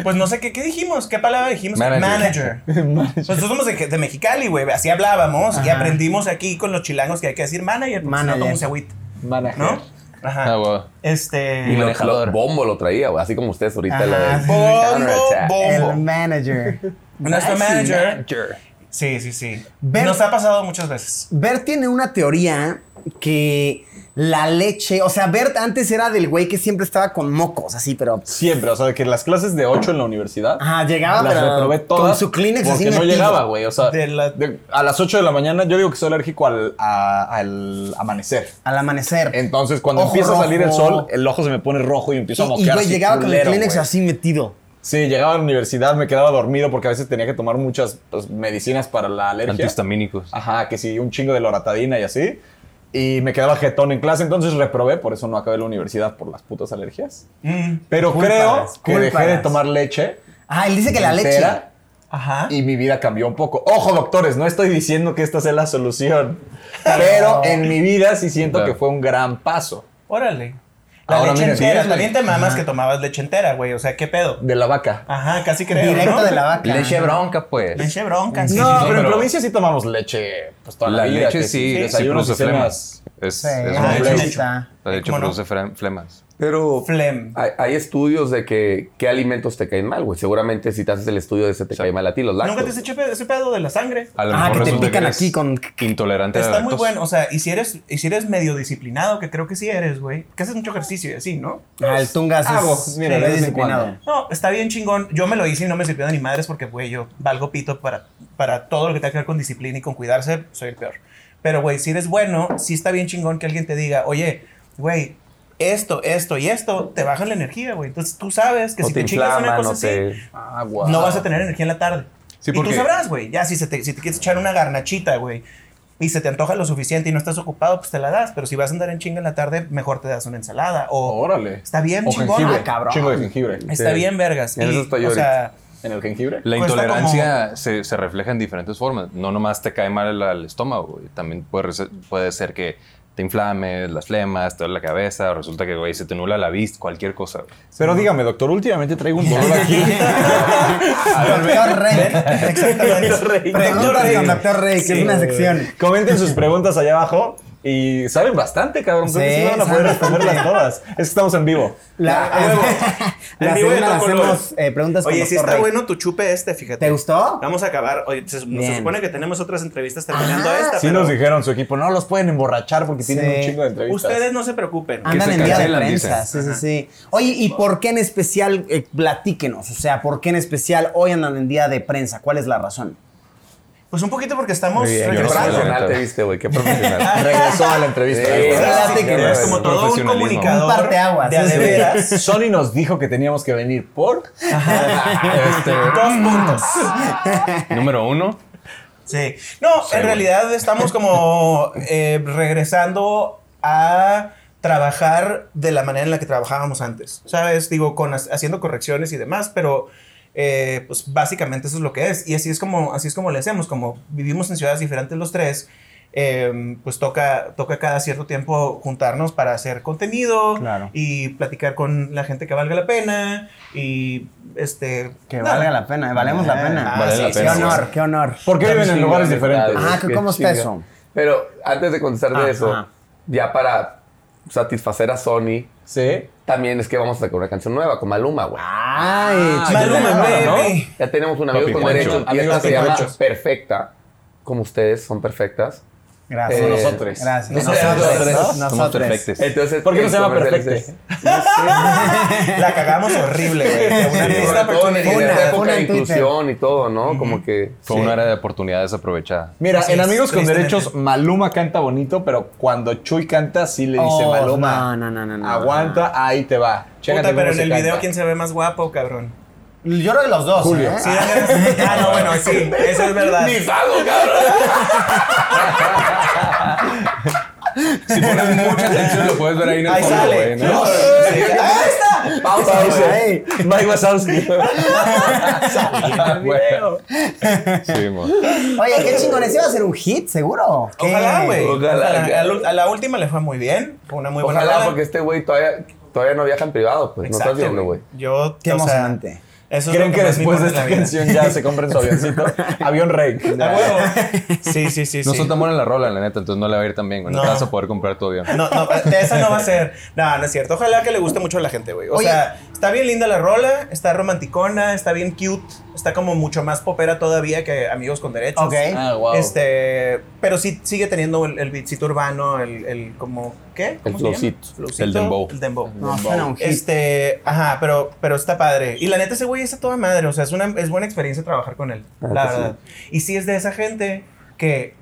Pues no sé qué, qué dijimos, qué palabra dijimos. Manager. Pues Nosotros somos de, de Mexicali, güey. Así hablábamos y Ajá. aprendimos aquí con los chilangos que hay que decir manager, porque si no, Manager. como se agüita, Manager. ¿no? Ajá. Ah, huevo. Este. Y lo- lo, manejador. bombo lo traía, güey, así como ustedes ahorita. la de- Ajá, sí. Bombo, bombo. El manager. Nuestro manager. Manager. Sí, sí, sí. Ver- Nos ha pasado muchas veces. *laughs* Bert tiene una teoría que la leche, o sea, Bert antes era del güey que siempre estaba con mocos, así, pero... Siempre, o sea, que las clases de 8 en la universidad. Ajá, llegaba, las pero reprobé todas con su Kleenex así porque no metido. llegaba, güey. O sea, De la- de- a las 8 de la mañana yo digo que soy alérgico al, a- al amanecer. Al amanecer. Entonces, cuando Ojo empieza a salir el rojo. sol, el ojo se me pone rojo y empiezo a y, moquear. y güey, así llegaba con el culero, Kleenex güey. así metido. Sí, llegaba a la universidad, me quedaba dormido porque a veces tenía que tomar muchas pues, medicinas para la alergia. Antihistamínicos. Ajá, que sí, un chingo de loratadina y así. Y me quedaba jetón en clase, entonces reprobé, por eso no acabé la universidad por las putas alergias. Mm, Pero Culpas, creo que dejé de culpas. tomar leche. Ah, él dice que la leche. entera Ajá. y mi vida cambió un poco. Ojo, doctores, no estoy diciendo que esta sea la *laughs* solución, pero en mi vida sí siento Claro. que fue un gran paso. Órale. La Ahora leche mira, entera. sí, También te mamas que tomabas leche entera, güey. O sea, ¿qué pedo? De la vaca. Ajá, casi creo. Directo ¿no? de la vaca. Leche Ah, bronca, pues. Leche bronca. sí, Ah, no, sí, sí. pero, en pero- provincia sí tomamos leche. Pues toda la, La vida, leche que sí, sí, desayunos y produce cenas. flemas. Es, Sí, es ah, una leche flecha. leche. La leche Eh, ¿Cómo no? produce fre- flemas. Pero Flem. hay, hay estudios de que qué alimentos te caen mal, güey. Seguramente si te haces el estudio de ese te cae mal a ti, los Nunca te lácteos. has hecho pe- ese pedo de la sangre. A lo Ah, mejor que te resulta pican eres aquí con- Intolerante a Está la muy lactosa. bueno, o sea, y si eres, y si eres medio disciplinado, que creo que sí eres, güey, que haces mucho ejercicio y así, ¿no? Ah, el tungas Ah, es, vos, mira, de es vez en disciplinado. cuando. No, está bien chingón. Yo me lo hice y no me sirvió de ni madres porque, güey, yo valgo pito para, para todo lo que tenga que ver con disciplina y con cuidarse, soy el peor. Pero, güey, si eres bueno, sí está bien chingón que alguien te diga, oye, güey, esto, esto y esto te bajan la energía, güey. Entonces tú sabes que O si te te, chingas una inflaman, cosa o así, te- Ah, guau. no vas a tener energía en la tarde. Sí, y porque- tú sabrás, güey. Ya, si, se te, si te quieres echar una garnachita, güey, y se te antoja lo suficiente y no estás ocupado, pues te la das. Pero si vas a andar en chinga en la tarde, mejor te das una ensalada. O, Órale. Está bien o chingón. jengibre, Ah, cabrón. Chingo de jengibre. Está Sí. bien, vergas. En eso Y, estoy o sea, ¿En el jengibre? La Cuesta intolerancia se, se refleja en diferentes formas. No nomás te cae mal el, el estómago, güey. También puede, rese- puede ser que te inflames, las flemas, te duele la cabeza. Resulta que, güey, se te nula la vista, cualquier cosa. güey. Pero dígame, doctor, últimamente traigo un dolor aquí. *laughs* Doctor Rey. exactamente. Preguntas con Doctor Rey, que es una sección. Eh, Comenten sus preguntas allá abajo y saben bastante, cabrón. Creo que Sí, sí van a poder saben responderlas todas. Es que estamos en vivo. La, A huevo. *laughs* la En vivo y segunda la otro color. hacemos eh, preguntas con Oye, Doctor si está Rey. bueno tu chupe este, fíjate. ¿Te gustó? Vamos a acabar. Oye, se, se Bien. supone que tenemos otras entrevistas terminando Ajá. esta, Sí pero nos dijeron su equipo, no los pueden emborrachar porque tienen Sí. un chingo de entrevistas. ustedes no se preocupen. Andan se en día de cancelan, prensa, sí, sí, sí. Oye, ¿y por qué en especial? Eh, platíquenos, o sea, ¿por qué en especial hoy andan en día de prensa? ¿Cuál es la razón? Pues un poquito porque estamos Qué yo no sé, regresando. la profesional neta. te viste, güey. *laughs* Qué profesional. Regresó a la entrevista. Sí. güey. Exacto, Fíjate que no es es como todo un profesionalismo. comunicador Un parteaguas, de a sí, sí. de veras. *laughs* Sony nos dijo que teníamos que venir por. *laughs* Dos puntos. Número uno, Sí. No, en realidad estamos como eh, regresando a trabajar de la manera en la que trabajábamos antes, ¿sabes? Digo, con, haciendo correcciones y demás, pero eh, pues básicamente eso es lo que es. Y así es como, así es como le hacemos, como vivimos en ciudades diferentes los tres, eh, pues toca, toca cada cierto tiempo juntarnos para hacer contenido Claro. y platicar con la gente que valga la pena y este... Que nada. valga la pena, ¿eh? valemos la pena. Ah, vale sí, la qué pena, honor, qué honor. ¿Por qué viven en lugares diferentes? Ah, Qué ¿cómo está chinga. eso? Pero antes de contestar de Ajá. eso, ya para satisfacer a Sony, Sí. también es que vamos a sacar una canción nueva con Maluma, güey. Ay, Ah, chingada. Maluma, Claro, ¿no? baby. Ya tenemos un amigo Papi con Poncho. derecho y Amigos esta se llama Ponchos. Perfecta. Como ustedes son perfectas. Gracias. Eh, Nosotros. Gracias. Nosotros. Este, Nosotros. Somos Nosotros. perfectos. Entonces, ¿Por qué no el se llama comercial Perfecta? es ese. La cagamos horrible, güey. Una Sí, missed sobre todo en opportunity. esa época una de en Twitter. inclusión y todo, ¿no? Como que... Fue un área de oportunidades aprovechada. *laughs* Mira, Así en es, Amigos con tristemente. Derechos, Maluma canta bonito, pero cuando Chuy canta, sí le dice Oh, Maluma. no, no, no, no. Aguanta, ahí te va. Chécate Puta, pero cómo en se el canta. video, ¿quién se ve más guapo, cabrón? Yo creo que los dos. Julio. ¿eh? Sí, ah, no, bueno, sí, eso es verdad. ¡Ni salgo, cabrón! Si pones mucha atención, lo puedes ver ahí en el Ahí fondo, sale. güey, *laughs* ¿no? Sí. ¡Ahí está! Pausa, pausa. Ay, Mike *laughs* Wazowski. Bueno. Sí, mo. Oye, qué chingón. Ese va a ser un hit, seguro. ¿Qué? Ojalá, güey. Ojalá. Ojalá. A la- A la última le fue muy bien. Fue una muy buena Ojalá, rola. porque este güey todavía, todavía no viaja en privado, pues. Exacto, No estás viendo, güey. Yo, Qué o sea, emocionante. eso es ¿Creen lo que más me después de esta importa en la vida. Ah, canción ya se compren su avioncito? Avión rey. A huevo. Sí, sí, sí. No sí. son tan buenas la rola, la neta, entonces no le va a ir tan bien, güey. No, No. te vas a poder comprar tu avión. No, *laughs* no, de esa no va a ser. No, no es cierto. Ojalá que le guste mucho a la gente, güey. O Oye. sea, está bien linda la rola, está romanticona, está bien cute, está como mucho más popera todavía que Amigos con Derechos. Ok. Ah, wow. Este, pero sí sigue teniendo el, el beatcito urbano, el, el como, ¿qué? ¿Cómo se El llama? flowcito. Flowcito, El dembow. El dembow. No, suena un hit. Este, ajá, pero, pero está padre. Y la neta, ese güey está toda madre. O sea, es, una, es buena experiencia trabajar con él, Ah, la pues que sí. verdad. Y sí es de esa gente que,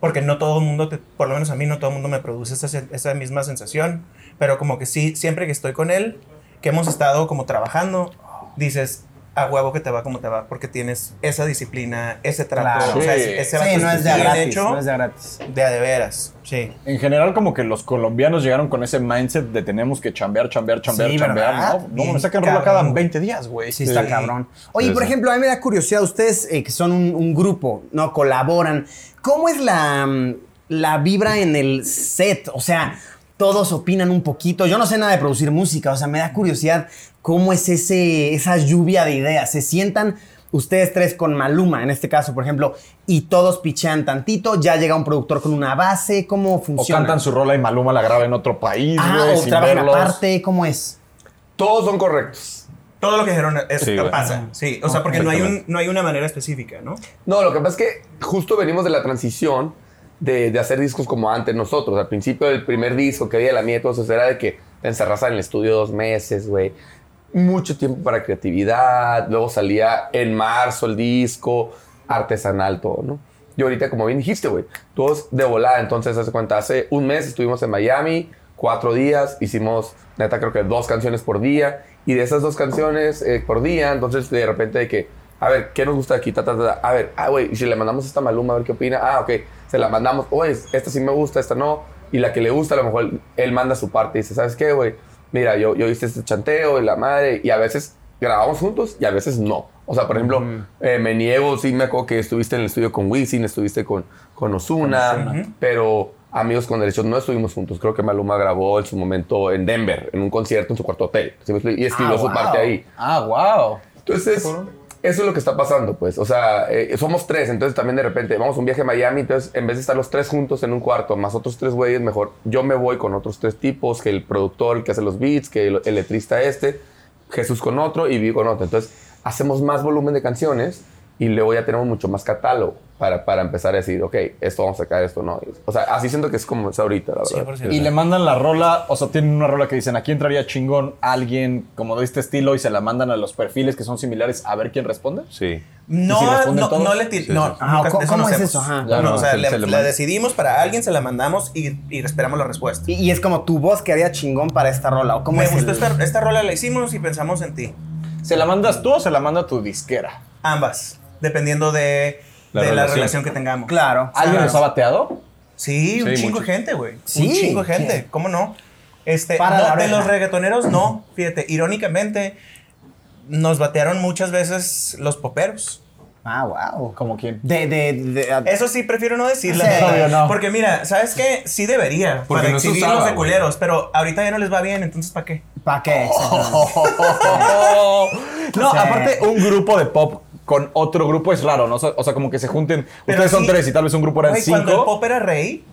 porque no todo el mundo, te- por lo menos a mí, no todo el mundo me produce esa, sen- esa misma sensación. Pero como que sí, siempre que estoy con él, que hemos estado como trabajando, dices, a huevo que te va como te va, porque tienes esa disciplina, ese trato. Claro. O sea, Sí. ese Sí, vato no es de a bien gratis. hecho, No es de a gratis. de a de veras. Sí. En general, como que los colombianos llegaron con ese mindset de tenemos que chambear, chambear, chambear, Sí, chambear. ¿verdad? No, no Bien me sacan rola cada cabrón. 20 días, güey. Sí, está cabrón. Oye, por ejemplo, a mí me da curiosidad, ustedes eh, que son un, un grupo, ¿no? Colaboran. ¿Cómo es la, mm, la vibra en el set? O sea, todos opinan un poquito. Yo no sé nada de producir música, o sea, me da curiosidad cómo es ese, esa lluvia de ideas. ¿Se sientan ustedes tres con Maluma, en este caso, por ejemplo, y todos pichean tantito? ¿Ya llega un productor con una base? ¿Cómo O funciona? cantan su rola y Maluma la graba en otro país, Ah, güey, o sin trabajan verlos. aparte, ¿cómo es? Todos son correctos. Todo lo que dijeron es, Sí, güey. pasa. Sí, o sea, porque no hay, un, no hay una manera específica, ¿no? No, lo que pasa es que justo venimos de la transición de, de hacer discos como antes nosotros. Al principio del primer disco que había la mía y todo eso era de que te encerras en el estudio dos meses, güey. Mucho tiempo para creatividad. Luego salía en marzo el disco, artesanal todo, ¿no? Y ahorita, como bien dijiste, güey, todos de volada. Entonces, hace cuenta, hace un mes estuvimos en Miami, cuatro días, hicimos, neta, creo que dos canciones por día. Y de esas dos canciones eh, por día, entonces de repente de que, a ver, ¿qué nos gusta aquí? Ta, ta, ta, ta. A ver, ah, güey, y si le mandamos esta a Maluma, a ver qué opina. Ah, ok, se la mandamos. Oye, esta sí me gusta, esta no. Y la que le gusta, a lo mejor él manda su parte y dice, ¿sabes qué, güey? Mira, yo, yo hice este chanteo y la madre. Y a veces grabamos juntos y a veces no. O sea, por ejemplo, eh, me niego, sí me acuerdo que estuviste en el estudio con Wisin, estuviste con, con Osuna, pero Amigos con Derechos no estuvimos juntos. Creo que Maluma grabó en su momento en Denver, en un concierto en su cuarto hotel. ¿sí me explico? Y escribió Ah, su wow. parte ahí. Ah, wow. Entonces, eso es lo que está pasando, pues. O sea, eh, somos tres, entonces también de repente vamos a un viaje a Miami, entonces en vez de estar los tres juntos en un cuarto, más otros tres güeyes, mejor yo me voy con otros tres tipos, que el productor, el que hace los beats, que el, el letrista este, Jesús con otro y Vivi con otro. Entonces, hacemos más volumen de canciones y luego ya tenemos mucho más catálogo para, para empezar a decir, ok, esto vamos a sacar, esto no. O sea, así siento que es como es ahorita, la verdad. 100%. Y le mandan la rola, o sea, tienen una rola que dicen, aquí entraría chingón alguien como de este estilo y se la mandan a los perfiles que son similares a ver quién responde. Sí. No, si responden no, todos? no le ti- Sí, no, sí, sí. Ajá, nunca- Ah, ¿cómo- eso cómo no es hacemos. eso? Ajá. Ya No, no, o sea, se- le- se le la manda. decidimos para alguien, se la mandamos y, y esperamos la respuesta. Y, y es como tu voz quedaría chingón para esta rola, ¿o cómo Me es gustó el- esta, esta rola, la hicimos y pensamos en ti. ¿Se la mandas tú o se la manda tu disquera? Ambas, dependiendo de La de la relación. relación que tengamos. Claro. ¿Alguien Claro. los ha bateado? Sí, un Sí, chingo de mucho. gente, güey. Sí. Un chingo de gente. ¿Cómo no? Este, Para no, la de oreja. los reggaetoneros, no. Fíjate, irónicamente, nos batearon muchas veces los poperos. Ah, wow. ¿Como *laughs* quién? De, de, de- a- Eso sí, prefiero no decirlo. Sí, obvio, no. Porque mira, ¿sabes qué? Sí debería. Porque para no se exhibirlos usaba, de güey. culeros, pero ahorita ya no les va bien, entonces ¿para qué? ¿Para qué? Oh, Exactamente. No, Sí. aparte, un grupo de pop con otro grupo es raro, ¿no? O sea, o sea, como que se junten. Pero Ustedes son sí. tres y tal vez un grupo eran Güey, cuando el cinco. pop era rey,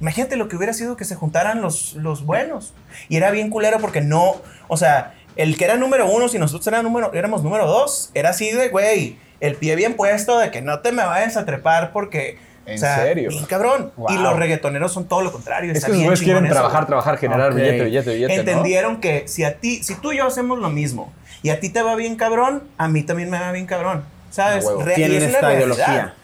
imagínate lo que hubiera sido que se juntaran los, los buenos. Y era bien culero porque no, o sea, el que era número uno, si nosotros era número, éramos número dos, era así de, güey, el pie bien puesto de que no te me vayas a trepar porque... ¿En o sea, serio? bien cabrón. Y Wow. los reggaetoneros son todo lo contrario. Es está que los bien güeyes quieren chingón eso, trabajar, güey. trabajar, generar Ok. billete, billete, billete. ¿no? Entendieron que si a ti, si tú y yo hacemos lo mismo y a ti te va bien cabrón, a mí también me va bien cabrón. ¿Sabes? A huevo. Re- y Tienen es una esta realidad. ideología.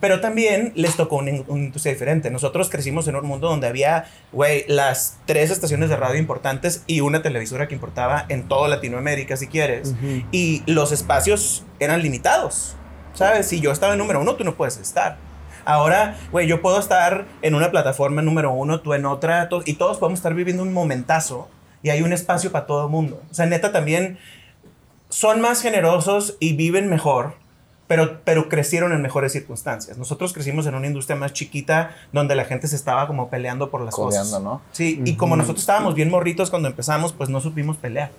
Pero también les tocó una, in- una industria diferente. Nosotros crecimos en un mundo donde había, güey, las tres estaciones de radio importantes y una televisora que importaba en toda Latinoamérica, si quieres. Y los espacios eran limitados, ¿sabes? Si yo estaba en número uno, tú no puedes estar. Ahora, güey, yo puedo estar en una plataforma número uno, tú en otra, to- y todos podemos estar viviendo un momentazo y hay un espacio para todo el mundo. O sea, neta, también son más generosos y viven mejor, pero, pero crecieron en mejores circunstancias. Nosotros crecimos en una industria más chiquita donde la gente se estaba como peleando por las Codeando, cosas. ¿no? Sí, y como nosotros estábamos bien morritos cuando empezamos, pues no supimos pelear,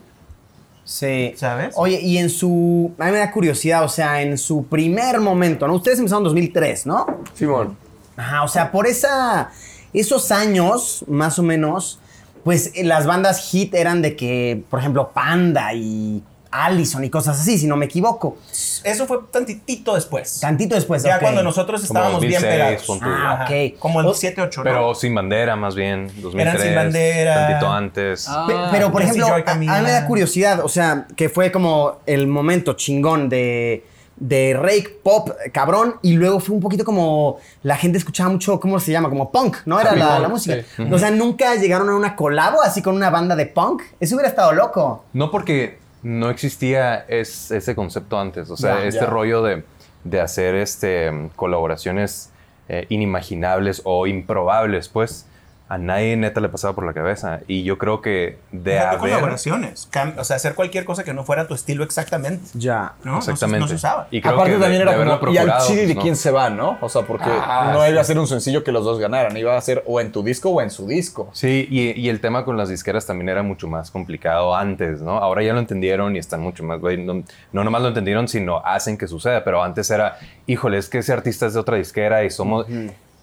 Sí. ¿sabes? Oye, y en su. A mí me da curiosidad, o sea, en su primer momento, ¿no? Ustedes empezaron en 2003, ¿no? Simón, Ajá, o sea, por esa, esos años, más o menos, pues eh, las bandas hit eran de que, por ejemplo, Panda y Allison y cosas así, si no me equivoco. Eso fue tantitito después. Tantito después, ya ok. cuando nosotros Como estábamos bien 2006, pegados. pon tú. Ah, Ajá, ok. Como el O- 7, 8, ¿no? Pero sin bandera, más bien. 2003, bandera. Ah. Tantito antes. Pe- pero, por Jesse ejemplo, Joy a, a mí me da Camila. curiosidad, o sea, que fue como el momento chingón de, de rake, pop, cabrón, y luego fue un poquito como la gente escuchaba mucho, ¿cómo se llama? Como punk, ¿no? Era Happy la, punk, la música. sí. O sea, nunca llegaron a una colabo así con una banda de punk. Eso hubiera estado loco. No porque no existía es- ese concepto antes, o sea, Ya, este ya. rollo de, de hacer este, mm, colaboraciones eh, inimaginables o improbables, pues a nadie neta le pasaba por la cabeza. Y yo creo que de Deja tú haber... colaboraciones. Cam- o sea, hacer cualquier cosa que no fuera tu estilo exactamente. Ya. ¿no? No se- Exactamente. No se, usaba. Y creo Aparte que de- también de era haberlo como, y al procurado, chile de pues, no. quién se va, ¿no? O sea, porque Ah, no sí. iba a ser un sencillo que los dos ganaran, iba a ser o en tu disco o en su disco. Sí, y, y el tema con las disqueras también era mucho más complicado antes, ¿no? Ahora ya lo entendieron y están mucho más, güey, no, no nomás lo entendieron, sino hacen que suceda, pero antes era, híjole, es que ese artista es de otra disquera y somos,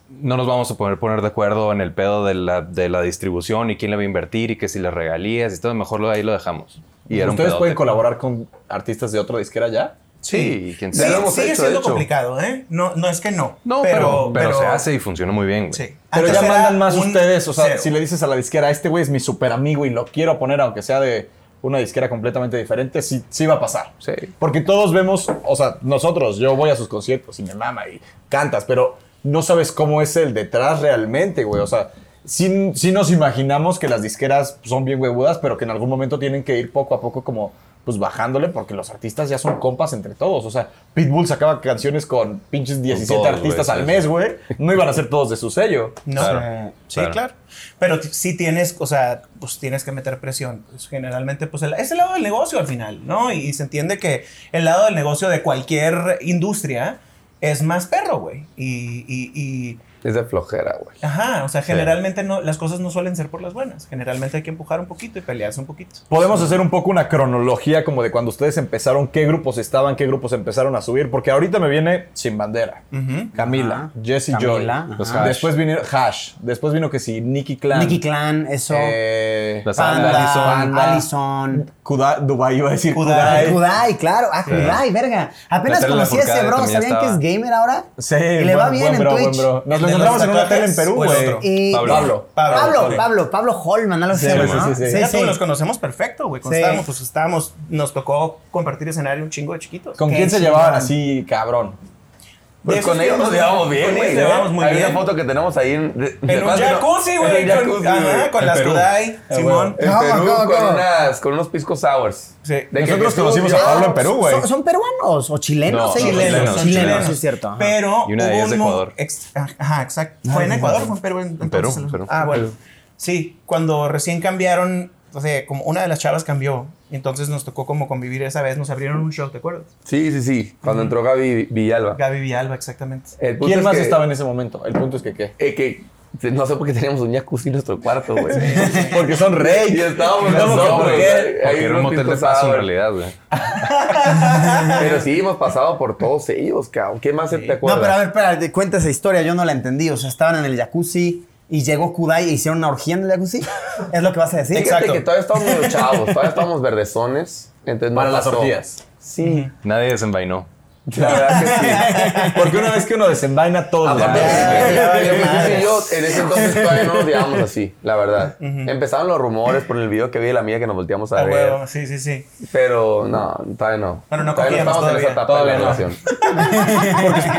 no nos vamos a poder poner de acuerdo en el pedo de la, de la distribución y quién le va a invertir y que si le regalías y todo, mejor lo ahí lo dejamos. Y Pues era un ¿Ustedes pedote. pueden colaborar con artistas de otra disquera ya? Sí, quién Sí, Ya sabe. lo hemos sigue hecho, de siendo hecho. complicado, ¿eh? No, no es que no. No, pero, pero, se hace y funciona muy bien, güey. Sí. Pero Antes ya era mandan más un ustedes, o sea, cero. si le dices a la disquera, este güey es mi super amigo y lo quiero poner aunque sea de una disquera completamente diferente, sí, sí va a pasar. Sí. Porque todos vemos, o sea, nosotros, yo voy a sus conciertos y me mama y cantas, pero no sabes cómo es el detrás realmente, güey. O sea, sí, sí nos imaginamos que las disqueras son bien huevudas, pero que en algún momento tienen que ir poco a poco como pues bajándole porque los artistas ya son compas entre todos. O sea, Pitbull sacaba canciones con pinches 17 todos, güey, artistas al sí, mes, güey. No iban a ser todos de su sello. No. Claro, Sí, claro. claro. Pero t- sí tienes, o sea, pues tienes que meter presión. Pues, generalmente, pues el- es el lado del negocio al final, ¿no? Y, y se entiende que el lado del negocio de cualquier industria es más perro, güey. Y, y- y- es de flojera, güey. ajá, o sea, generalmente no, las cosas no suelen ser por las buenas. Generalmente hay que empujar un poquito y pelearse un poquito. Podemos hacer un poco una cronología como de cuando ustedes empezaron, qué grupos estaban, qué grupos empezaron a subir, porque ahorita me viene Sin Bandera, Ujú. Camila, Ajá. Jesse Joy, Camila, los ajá. Hash. después vinieron Hash, después vino que sí, Nicky Clan, Nicky Clan, eso. eh, Las Panda, Allison, Panda. Allison. Kuda- Dubai iba a decir eh. Kudai. Kudai. Kudai, claro. Ah, Kudai, verga. Apenas Natalia conocí a ese Lafourcade bro. también ¿Sabían que es estaba. gamer ahora? Sí, Y le buen- va bien buen bro, en buen Twitch. bro. Nos ¿El lo de los encontramos en una tele en tatuajes Perú, o el güey. otro? Y- Pablo. Pablo. Pablo, Pablo, Eh, Pablo, sí. Pablo, Holman, algo así. Sí, ¿no? sí, sí, sí. Ya todos los conocemos perfecto, güey. Cuando Sí. estábamos, pues estábamos, nos tocó compartir escenario un chingo de chiquitos. ¿Con Qué quién se chingón. llevaban así, cabrón? Pues De esos con que ellos nos nos- llevamos bien, con güey. ¿eh? ellos nos llevamos muy Hay bien. una foto que tenemos ahí en, de- En un ¿cuál que no? jacuzzi, En güey. un Con, jacuzzi, ajá, güey. con En las Perú. Sudai, Simón. En No, Perú, no, con, no. unas, con unos piscos sours. Sí. que Nosotros Jesús conocimos a ya- Pablo en Perú, güey. ¿Son, son peruanos o chilenos? No, ellos? son Chilenos, chilenos, son chilenos, sí es cierto. ajá. Pero Y una de hubo ellas de un mo- Ecuador. ex- ajá, exacto. ¿Fue en Ecuador o fue en Perú? entonces? Perú, en Perú. Ah, bueno. Perú. Sí, cuando recién cambiaron, o sea, como una de las chavas cambió, y entonces nos tocó como convivir esa vez, nos abrieron un show, ¿te acuerdas? Sí, sí, sí. Cuando entró Gaby Villalba. Gaby Villalba, exactamente. El punto ¿Quién es más que- estaba en ese momento? *laughs* El punto es que qué. eh, que te- no sé por qué teníamos un jacuzzi en nuestro cuarto, güey. Porque son rey. *laughs* Y estábamos Estamos los que, dos, ¿por güey. qué? Ahí Porque era un unos motel de pintos paso en sour. realidad, güey. *laughs* Pero sí, hemos pasado por todos ellos, cabrón. ¿Qué más te acuerdas? No, pero a ver, espera, cuenta esa historia, yo no la entendí. O sea, estaban en el jacuzzi y llegó Kudai e hicieron una orgía en el jacuzzi. ¿Es lo que vas a decir? Fíjate exacto. que todavía estábamos los chavos, todavía estábamos verdezones. Entonces no Para las pasó. orgías. Sí, Nadie desenvainó. la verdad que sí. Porque una vez que uno desenvaina todo. eh, Aparte, ya, ya valió yo, madre. yo en ese entonces todavía no nos llevábamos así, la verdad. Empezaron los rumores por el video que vi de la mía que nos volteamos a Ah, ver. huevo, sí, sí, sí. Pero no, todavía no. Bueno, no todavía cogíamos estamos en todavía. esa etapa Todavía de no. la relación.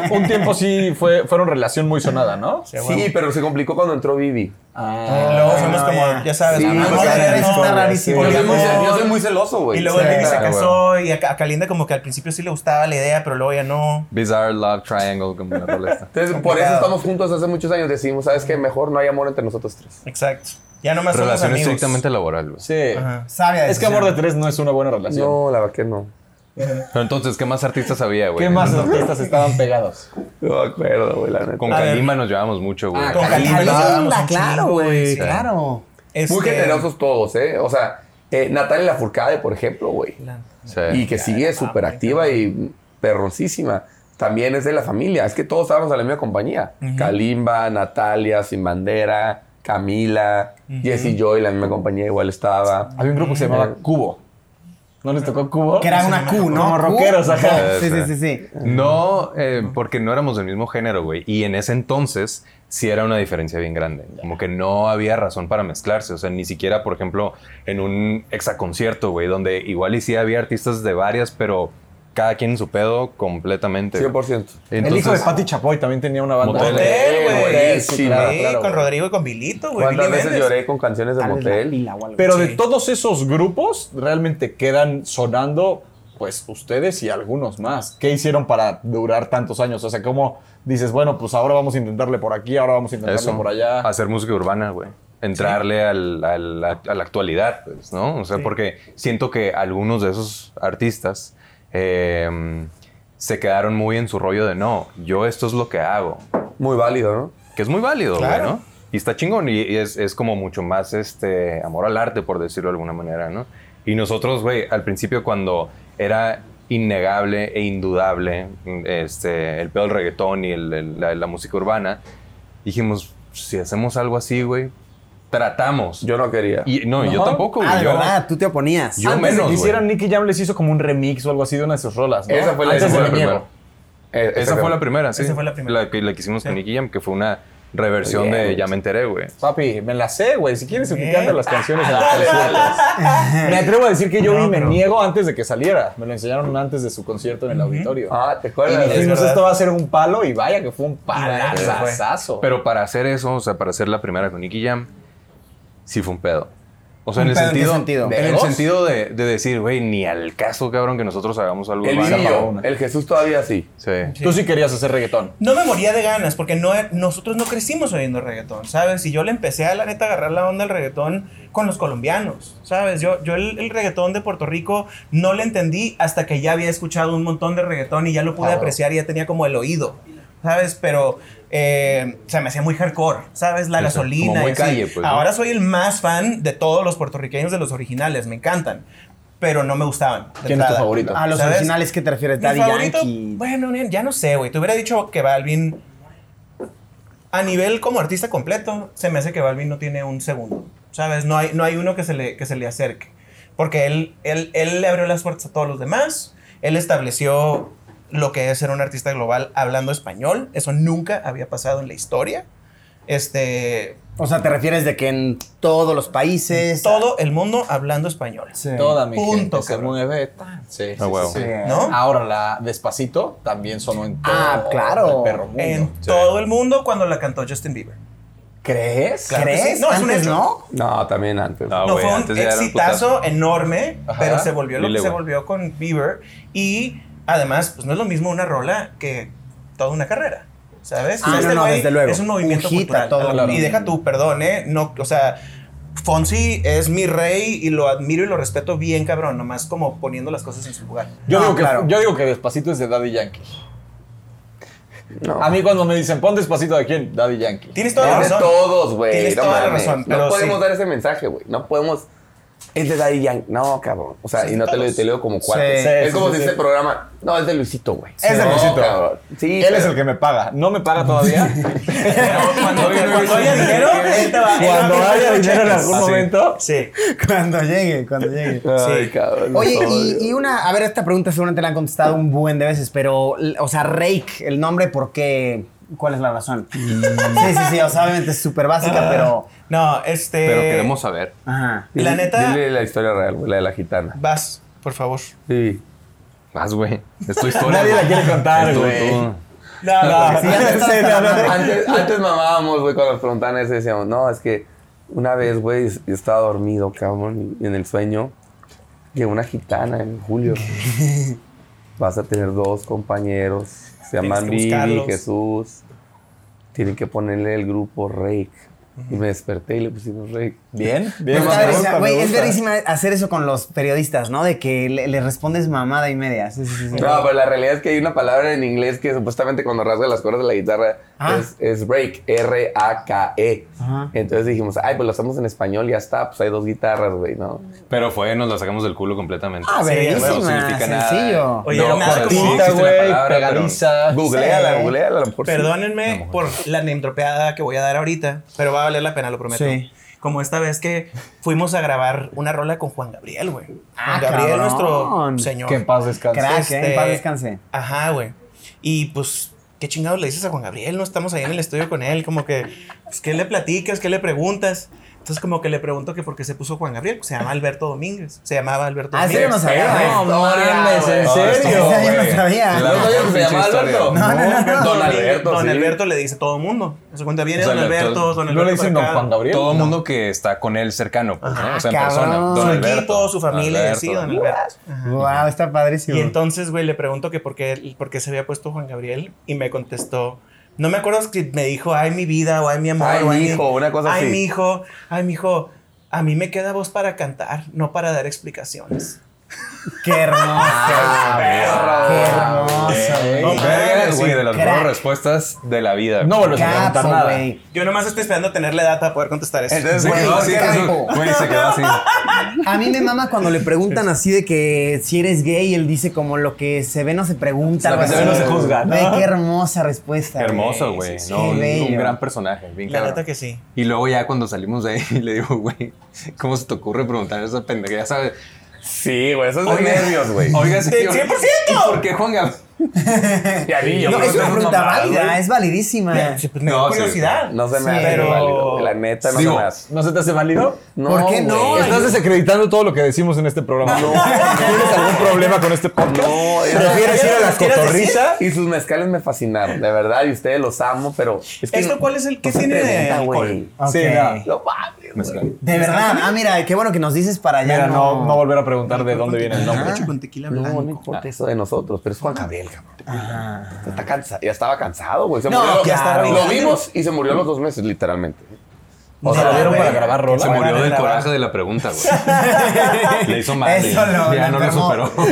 Porque un tiempo sí fue, fueron relación muy sonada, ¿no? Sí, a huevo. Sí, pero se complicó cuando entró Vivi. Ah. Luego Ah, fuimos no, como, ya. ya, sabes, Sí, amor, pues, ya eterno, eres está rarísimo. Yo poliamor. soy muy, ce- yo soy muy celoso, güey. Y luego el Sí, Vivi se claro, casó y a, a Kalinda como que al principio sí le gustaba la idea, pero luego ya no. Bizarre Love Triangle, como la rola está. Entonces, por eso Complicado. estamos juntos hace muchos años. Decidimos, ¿sabes qué? Mejor no hay amor entre nosotros tres. Exacto. Ya nomás somos Relación amigos. estrictamente laboral, güey. Sí. Ajá. Sabia Es que amor de tres no es una buena relación. No, la verdad que no. Pero entonces, ¿qué más artistas había, güey? ¿Qué más artistas estaban pegados? No me acuerdo, güey, la neta. Con A ver. Ah, Kalima nos llevábamos mucho, güey. con Kalimba dábamos un Linda, claro, chingo, güey. sí. Claro. Este, Muy generosos todos, ¿eh? O sea, eh, Natalia Lafourcade, por ejemplo, güey. Sí. Y que sigue súper activa y perroncísima. También es de la familia. Es que todos estábamos en la misma compañía. Kalimba, Natalia, Sin Bandera, Camila, Jesse Joy, la misma compañía igual estaba. Había un grupo que se llamaba Cubo. Eh, ¿No les tocó Cubo? Que era una Q, ¿no? Como rockeros, Q. ajá. Sí, sí, sí, sí. No, eh, porque no éramos del mismo género, güey. Y en ese entonces sí era una diferencia bien grande. Como que no había razón para mezclarse. O sea, ni siquiera, por ejemplo, en un exaconcierto, güey, donde igual y sí había artistas de varias, pero cada quien en su pedo completamente. 100%. El hijo de Entonces, Patti Chapoy también tenía una banda. Motel. Motel, güey. Buenísima. Sí, claro, con güey. Rodrigo y con Vilito, güey. ¿Cuántas Billy veces Méndez. lloré con canciones de Tal vez la motel? pila o algo. Pero de Sí. todos esos grupos, realmente quedan sonando, pues, ustedes y algunos más. ¿Qué hicieron para durar tantos años? O sea, ¿cómo dices, bueno, pues ahora vamos a intentarle por aquí, ahora vamos a intentarle eso, por allá? hacer música urbana, güey. Entrarle al- al- a, a la actualidad, pues, ¿no? O sea, porque siento que algunos de esos artistas eh, se quedaron muy en su rollo de no, yo esto es lo que hago. Muy válido, ¿no? que es muy válido, güey, Claro. ¿no? Y está chingón y, y es, es como mucho más este amor al arte, por decirlo de alguna manera, ¿no? Y nosotros, güey, al principio cuando era innegable e indudable mm, este, el pedo del reggaetón y el- el- la, la música urbana, dijimos, si hacemos algo así, güey, tratamos. Yo no quería. Eh, y, no, y yo Ajá. tampoco, güey. Ah, de yo- verdad, tú te oponías. Yo Antes de menos, que güey. hicieran, Nicky Jam les hizo como un remix o algo así de una de sus rolas, ¿no? Esa fue la- Antes esa de fue la Me Niego. primera. Eh, Esa fue la primera, sí. Esa fue la primera. que, la que hicimos con Nicky Jam, que fue una reversión Bien, de güey. Ya me enteré, güey. Papi, me la sé, güey. Si quieres, que Eh. cante las canciones. *laughs* en la Dale, televisión. dale. Me atrevo a decir que yo vi No, Me pero- Niego antes de que saliera. Me lo enseñaron antes de su concierto en el auditorio. Ah, ¿te Y acuerdas? dijimos, verdad. esto va a ser un palo. Y vaya que fue un vaya que fue. palazazazo. Pero para hacer eso, o sea, para hacer la primera con Nicky Jam, sí fue un pedo. O sea, ¿Un en el pedo en qué sentido, sentido? en ¿De el dos? sentido de, de decir, güey, ni al caso, cabrón, que nosotros hagamos algo. El urbano". Vivi y yo, el Jesús todavía sí. Sí. Tú sí querías hacer reggaetón. No me moría de ganas porque no, nosotros no crecimos oyendo reggaetón, ¿sabes? Y yo le empecé a la neta a agarrar la onda del reggaetón con los colombianos, ¿sabes? Yo, yo el, el reggaetón de Puerto Rico no le entendí hasta que ya había escuchado un montón de reggaetón y ya lo pude apreciar y ya tenía como el oído, ¿sabes? Pero eh, se me hacía muy hardcore, ¿sabes? La Sí, sí, gasolina. como muy y así. calle, pues, ¿no? Ahora soy el más fan de todos los puertorriqueños de los originales, me encantan, pero no me gustaban. de ¿Quién es tu entrada. favorito? A los ¿Sabes? originales que te refieres, Mi Daddy favorito, Yankee. Bueno, nen, ya no sé, güey. Te hubiera dicho que Balvin. A nivel como artista completo, se me hace que Balvin no tiene un segundo. ¿Sabes? No hay, no hay uno que se le, que se le acerque. Porque él, él, él le abrió las puertas a todos los demás. Él estableció lo que es ser un artista global hablando español. Eso nunca había pasado en la historia. este, O sea, te refieres de que en todos los países. todo el mundo hablando español. Toda mi Punto, gente se cabrón. mueve. tan. Sí, sí, huevo. sí, sí. ¿No? Ahora la Despacito también sonó en todo Ah, claro. el perro mundo. En todo el mundo cuando la cantó Justin Bieber. ¿Crees? Claro que ¿Crees? sí. No, es un Antes hecho. no. *laughs* No, también antes. No. Ah, no güey, fue un antes ya era un exitazo enorme, Ajá. pero se volvió lo Dile, que se güey. volvió con Bieber. Y además, pues no es lo mismo una rola que toda una carrera. ¿Sabes? Ah, O sea, no, este no, güey desde luego. Es un movimiento Un hit a cultural. todo Claro. lo- Y deja tú, perdón, ¿eh? No, o sea, Fonsi es mi rey y lo admiro y lo respeto bien, cabrón. Nomás como poniendo las cosas en su lugar. Yo, No, digo que, claro. yo digo que Despacito es de Daddy Yankee. No. A mí cuando me dicen, pon Despacito de quién, Daddy Yankee. Tienes toda la Es de razón. todos, güey. Tienes no toda la mames. razón, pero No podemos sí. dar ese mensaje, güey. No podemos. Es de Daddy Yankee. No, cabrón. O sea, Sí, y no te lo, todos. te leo como cuarto. Sí, es sí, como sí, si sí. este programa. No, es de Luisito, güey. Es de No, Luisito. cabrón. Sí, Él es pero- el que me paga. No me paga todavía. Pero cuando, cuando haya dinero, él te va- él va a Cuando abrir haya los dinero en cheques. algún Ah, sí. momento. Sí. Cuando llegue, cuando llegue. Ay, Sí. cabrón. Oye, Ay, y, y una, a ver, esta pregunta seguramente la han contestado un buen de veces, pero, l- o sea, Rake, el nombre, ¿por qué? ¿Cuál es la razón? Sí, sí, sí, o sea, obviamente es súper básica, pero. No, este. Pero queremos saber. Ajá. Dile- la neta- Dile la historia real, güey, la de la gitana. Vas, por favor. Sí. Más, güey. Es tu historia. Nadie la güey. quiere contar, Es tu- güey. tu- No, Ah, porque sí, sí, no, no, no. Antes, antes mamábamos, güey, cuando nos preguntaban eso decíamos, no, es que una vez, güey, yo estaba dormido, cabrón, y en el sueño llegó una gitana en julio. Vas a tener dos compañeros, se Tienes llaman que Vivi y buscarlos. Jesús. Tienen que ponerle el grupo Rake. Y me desperté y le pusimos Rake. Bien, bien. Pero me está verguísima, gusta, güey, me es gusta. verísima hacer eso con los periodistas, ¿no? De que le, le respondes mamada y media. Sí, sí, sí. sí. No, pero la realidad es que hay una palabra en inglés que supuestamente cuando rasga las cuerdas de la guitarra Ah. es, es break, R-A-K-E. Ajá. E. Entonces dijimos, ay, pues lo hacemos en español, ya está, pues hay dos guitarras, güey, ¿no? Pero fue, nos la sacamos del culo completamente. Ah, Sí, verguísima, güey, no significa nada. sencillo. Oye, No, nada joder, como- sí, Cortita, existe la güey, palabra, pero- pegadiza. Googleala, Sí. googleala. Por si- Perdónenme por la name dropeada que voy a dar ahorita, pero va a valer la pena, lo prometo. Sí. Como esta vez que fuimos a grabar una rola con Juan Gabriel, güey. Ah, Juan Gabriel, cabrón. nuestro señor. Que en paz descanse. Crack, Este- eh, en paz descanse. Ajá, güey. Y pues, ¿qué chingados le dices a Juan Gabriel? No estamos ahí en el estudio con él, como que, pues, ¿qué le platicas? ¿Qué le preguntas? Entonces, como que le pregunto que por qué se puso Juan Gabriel. pues, se llama Alberto Domínguez. Se llamaba Alberto Ah, ¿en serio Domínguez. no sabía? No, No, mames, en No, esto- serio. Esa yo no güey. sabía. Claro, ¿No sabías que se pinche llamaba historia. Alberto? No, no, no, no. Don Alberto, sí. don Alberto le dice todo el mundo. Se cuenta, viene O sea, Don le- Alberto, todo- Don Alberto. ¿No le dicen don para acá. Juan Gabriel? Todo el mundo que está con él cercano, pues, ¿no? O sea, en Ah, persona. cabrón. Don Su Alberto. equipo, su familia, sí, Don Alberto. Alberto. Wow, está padrísimo. Y entonces, güey, le pregunto que por qué, por qué se había puesto Juan Gabriel y me contestó. No me acuerdo si me dijo, ay, mi vida, o ay, mi amor. Ay, o, mi hijo, una cosa ay, así". mi hijo, ay, mi hijo, a mí me queda voz para cantar, no para dar explicaciones. Qué *laughs* Ah, Ah, hermoso. Qué Ah, hermoso, güey. No mames, Vergas, güey, de las crack. mejores respuestas de la vida. No vuelves a preguntar Capo, nada. güey. Yo nomás estoy esperando tener la edad para poder contestar eso. Entonces, se güey, quedó así, qué Jesús. rico. güey, se quedó así. A mí me mama cuando le preguntan así de que si eres gay, él dice como lo que se ve no se pregunta. Lo que algo se ve no así. se juzga, ¿no? Güey, qué hermosa respuesta. güey. Hermoso, güey. sí, sí. No, Qué un- bello. un gran personaje. Bien la cabrón. neta que sí. Y luego ya cuando salimos de ahí, *laughs* le digo, güey, ¿cómo se te ocurre preguntar a esa pendeja? Ya sabes. Sí, güey, eso es de nervios, *laughs* güey. Oiga, ¡De señor, 100%! ¿y ¿Por qué Juan Gabriel? Ya vi, yo No, creo es que una esas pregunta mamadas, válida, güey, es validísima. Sí, pues, me No, dio sí, curiosidad. No se me Sí. hace Pero- válido, güey, La neta, no Digo, se me hace. ¿No se te hace válido? ¿por qué no? güey. Estás desacreditando todo lo que decimos en este programa. No. ¿Tienes algún problema con este podcast? No, es- ¿Prefieres ir a la ¿Quieres decir? cotorriza? Y sus mezcales me fascinaron, de verdad, y ustedes los amo, pero. es que ¿Esto no- cuál es el- no qué se tiene de pregunta, alcohol? güey. Ok. Sí, no. No mames, güey. De verdad. Ah, mira, qué bueno que nos dices para allá. Mira, no, no volver a preguntar de dónde viene el Ah. nombre. Hecho con tequila No, blanco. no importa eso de nosotros, pero es Juan Gabriel, cabrón. Está cansa- ya estaba cansado, güey. Se No, murió. ya estaba Lo bien. vimos y se murió a los dos meses, literalmente. O sea, No, lo dieron güey. para grabar rola. Se van a murió del grabar. coraje de la pregunta, güey. *laughs* Le hizo mal. Eso y lo- ya lo no lo enfermó. *laughs* superó.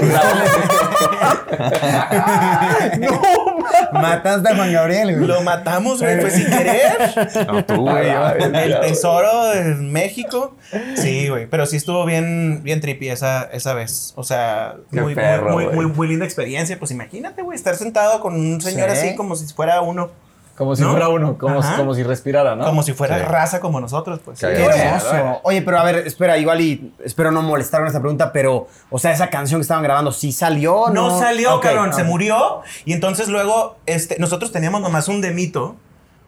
Mataste a Juan Gabriel, güey. Eh. Lo matamos, güey, fue sin querer. No, tú, güey. A la El verga, güey. tesoro de México. Sí, güey. Pero sí estuvo bien, bien trippy esa, esa vez. O sea, Qué muy, perro, muy, muy, güey. muy, muy linda experiencia. Pues imagínate, güey, estar sentado con un señor Sí. así como si fuera uno. Como si ¿No? fuera uno, como, Ajá. como si respirara, ¿no? Como si fuera Sí. raza como nosotros, pues. Qué Sí, hermoso. Oye, pero a ver, espera, igual y espero no molestar con esta pregunta, pero, o sea, esa canción que estaban grabando, ¿sí salió? o No, No, salió, Ok, cabrón, no. se murió. Y entonces luego, este, nosotros teníamos nomás un demito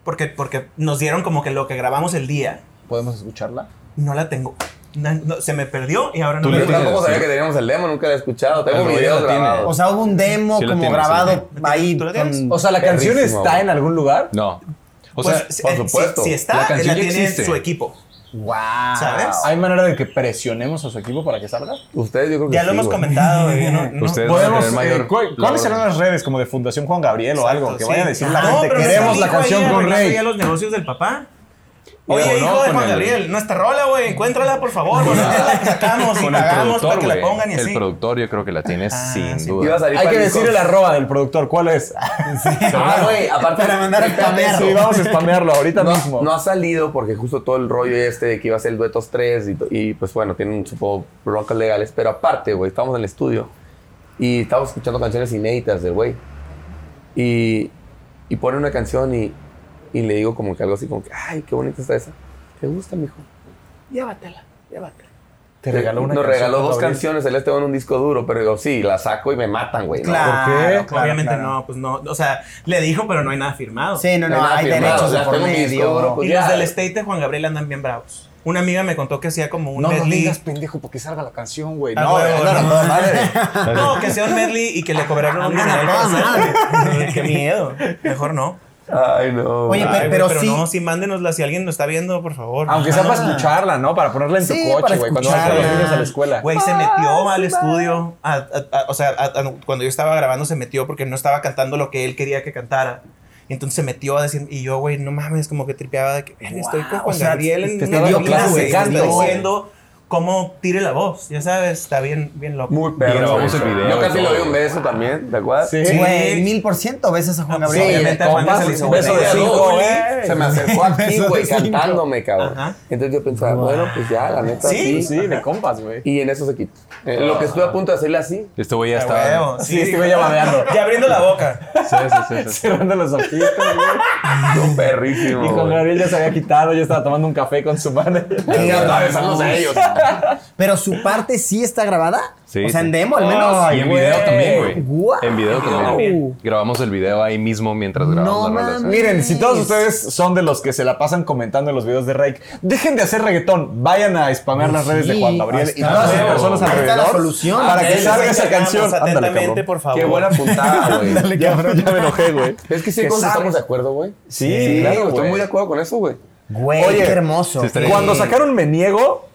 porque, porque nos dieron como que lo que grabamos el día. ¿Podemos escucharla? No la tengo. Na- no, se me perdió y ahora no Tú la le Yo tengo. tienes, tampoco sabía sí. que teníamos el demo, nunca lo he escuchado. Tengo El video videos lo tiene. O grabados. sea, hubo un demo Sí la como tienes, grabado sí. ahí. ¿Tú la tienes? con- O sea, ¿la canción Perrísimo, está güey. en algún lugar? No. O Pues, sea, si- por si- supuesto, Si, la está, la, canción ya tiene existe. su equipo. ¡Wow! ¿Sabes? ¿Hay manera de que presionemos a su equipo para que salga? Ustedes yo creo que Ya sí, lo hemos güey. comentado. güey, no- no- Ustedes van a Podemos, tener eh, mayor- ¿cuál- la- ¿Cuáles serán las redes como de Fundación Juan Gabriel o algo? Que sí. vayan a decir la No, gente, pero no queremos la dijo canción ahí, con arreglaste Rey. ya los negocios del papá. Oye, no, hijo de con Juan el- Gabriel, nuestra rola, güey, encuéntrala, por favor. Porque esta es la que sacamos y con el pagamos para productor, que la güey. pongan y El así. productor yo creo que la tienes Ah, sin sí. Iba duda. a salir Hay que para decir Lincoln. el arroba del productor, ¿cuál *laughs* *laughs* es? Ah, güey, aparte Para mandar a Ah, spamear. Sí, vamos a spamearlo ahorita no, mismo. no ha salido porque justo todo el rollo este de que iba a ser el duetos 3 y, y, pues bueno, tienen supongo broncas legales, pero aparte, güey, estábamos en el estudio y estábamos escuchando canciones inéditas del güey. Y, y pone una canción y, y le digo como que algo así como que, ay, qué bonita está esa. ¿Te gusta, mijo? Llévatela, llévatela. Te regaló una Nos canción, regaló Juan dos Gabriel. canciones, el este en un disco duro, pero digo, sí, la saco y me matan, güey. ¿no? Claro, ¿Por qué? claro, Obviamente claro. no, pues no. O sea, le dijo, pero no hay nada firmado. Sí, no, No hay no, nada hay firmado, derechos o sea, de por tengo un disco duro, medio. pues, Y ya. los del estate de Juan Gabriel andan bien bravos. Una amiga me contó que hacía como un No nos medley. digas pendejo porque salga la canción, güey. Ah, No, güey, no, no, no, no. toda *laughs* madre. No, que sea un medley y que le *laughs* cobraron un Ah, dineral no, para madre. hacerlo. *laughs* Qué miedo. Mejor no. Ay, no. Oye, Ay, pero- güey, pero sí- no, sí, mándenosla si alguien nos está viendo, por favor. Aunque sea Ah, para escucharla, ¿no? Para ponerla en tu Sí, coche, para güey. Cuando vas con los escucharla. niños a la escuela. Güey, Ah, se metió al estudio. a- a- a- o sea, a- a- cuando yo estaba grabando, se metió porque no estaba cantando lo que él quería que cantara. Y entonces se metió a decir, y yo, güey, no mames, como que tripeaba de que "Verga, estoy con Wow, Juan o sea, Gabriel en te una estaba cabina, dando clases de güey, me canto. está diciendo cómo tire la voz, ya sabes, está bien, bien loco. Muy Y perro. grabamos güey. el video Yo y casi todo, lo di un güey. beso también, ¿te acuerdas? Sí. Güey, mil por ciento beses a Juan Gabriel. obviamente, Sí, a Juan con se le más hizo un beso una de idea, cinco, güey. güey. Se *laughs* me acercó aquí, Beso güey, de cinco. cantándome, cabrón. Ajá. Entonces yo pensaba, bueno, pues ya, la neta sí. Sí, sí, de compas, güey. Y en eso se quitó. Eh, lo que estuve a punto de hacerle así. Este güey ya Ah, está... huevo, Sí, este güey ya babeando. *laughs* Ya abriendo la boca. Sí, sí, sí, *laughs* sí. Cerrando los ojitos, güey. No, Y perrísimo. Juan güey. Gabriel ya se había quitado, ya estaba tomando un café con su *laughs* madre. Y atravesándose a ellos. Pero su parte sí está grabada. Sí, o sea, sí. en demo al menos. Y en video también, güey. Guau. En video también. Grabamos el video ahí mismo mientras grabamos No la rola. mames. ¿sabes? Miren, si todos ustedes son de los que se la pasan comentando en los videos de Rake, dejen de hacer reggaetón, vayan a spamear las redes de Juan Gabriel y Ahí está. todas las Ahí está personas la alrededor solución. para que Les salga esa encargamos canción. Ándale, Atentamente, cabrón. por favor. Qué buena puntada, güey. Ya, ya me enojé, güey. *laughs* Es que sí, hay cosas que estamos de acuerdo, güey. Sí, claro, güey, Estoy güey. muy de acuerdo con eso, güey. Güey, Oye, qué hermoso. sí estaría Cuando Sí. sacaron Me Niego,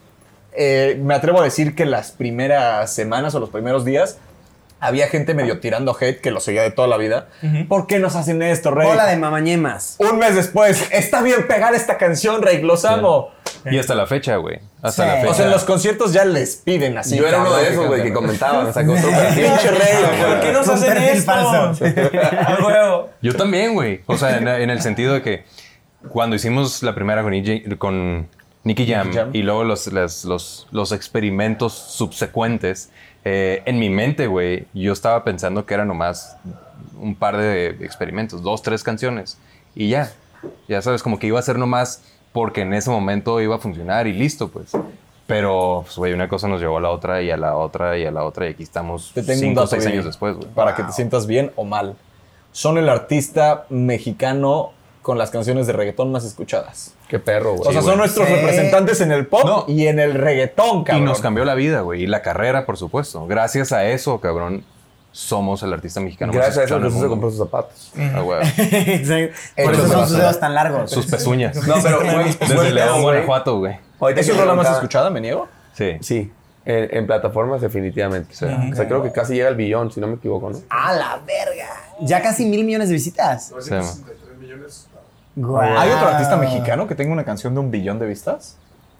eh, me atrevo a decir que las primeras semanas o los primeros días había gente medio tirando hate que lo seguía de toda la vida. ¿Por qué nos hacen esto, Rey? Hola de mamañemas. Un mes después, está bien pegar esta canción, Rey, los amo. Y hasta la fecha, güey. Hasta Sí. la fecha. O sea, en los conciertos ya les piden así. Yo era uno de esos, güey, *laughs* que comentaban. *laughs* Sacó otro perfil. Pinche rey, ¿Por qué nos Con hacen perfil esto? falso. *laughs* A huevo. Yo también, güey. O sea, en, en el sentido de que cuando hicimos la primera con, EJ con Nicky Jam, Nicky Jam. y luego los, las- los, los experimentos subsecuentes, eh, en mi mente, güey, yo estaba pensando que era nomás un par de experimentos, dos, tres canciones, y ya. Ya sabes, como que iba a ser nomás porque en ese momento iba a funcionar y listo, pues. Pero, pues, güey, una cosa nos llevó a la otra y a la otra y a la otra, y aquí estamos Te tengo un cinco o dato, seis Vivi, años después, güey. Para que te sientas bien o mal. Son el artista mexicano con las canciones de reggaetón más escuchadas. Qué perro, o güey. sea, son nuestros Sí. representantes en el pop Pues No. y en el reggaetón, cabrón. Y nos cambió la vida, güey. Y la carrera, por supuesto. Gracias a eso, cabrón, somos el artista mexicano. más Gracias a eso, escuchado en el Jesús se mundo. compró sus zapatos. Ah, güey. Exacto. Por eso Hechos de son sus basura. dedos tan largos. *laughs* Sus pezuñas. No, pero Desde León, Guanajuato, güey. ¿Es su rola más escuchada, me niego? Sí. Sí, en, en plataformas definitivamente. O sea, creo que casi llega al billón, si no me equivoco, ¿no? A la verga. Ya casi mil millones de visitas. sí. ¿Hay otro Ah. artista mexicano que tenga una canción de un billón de vistas?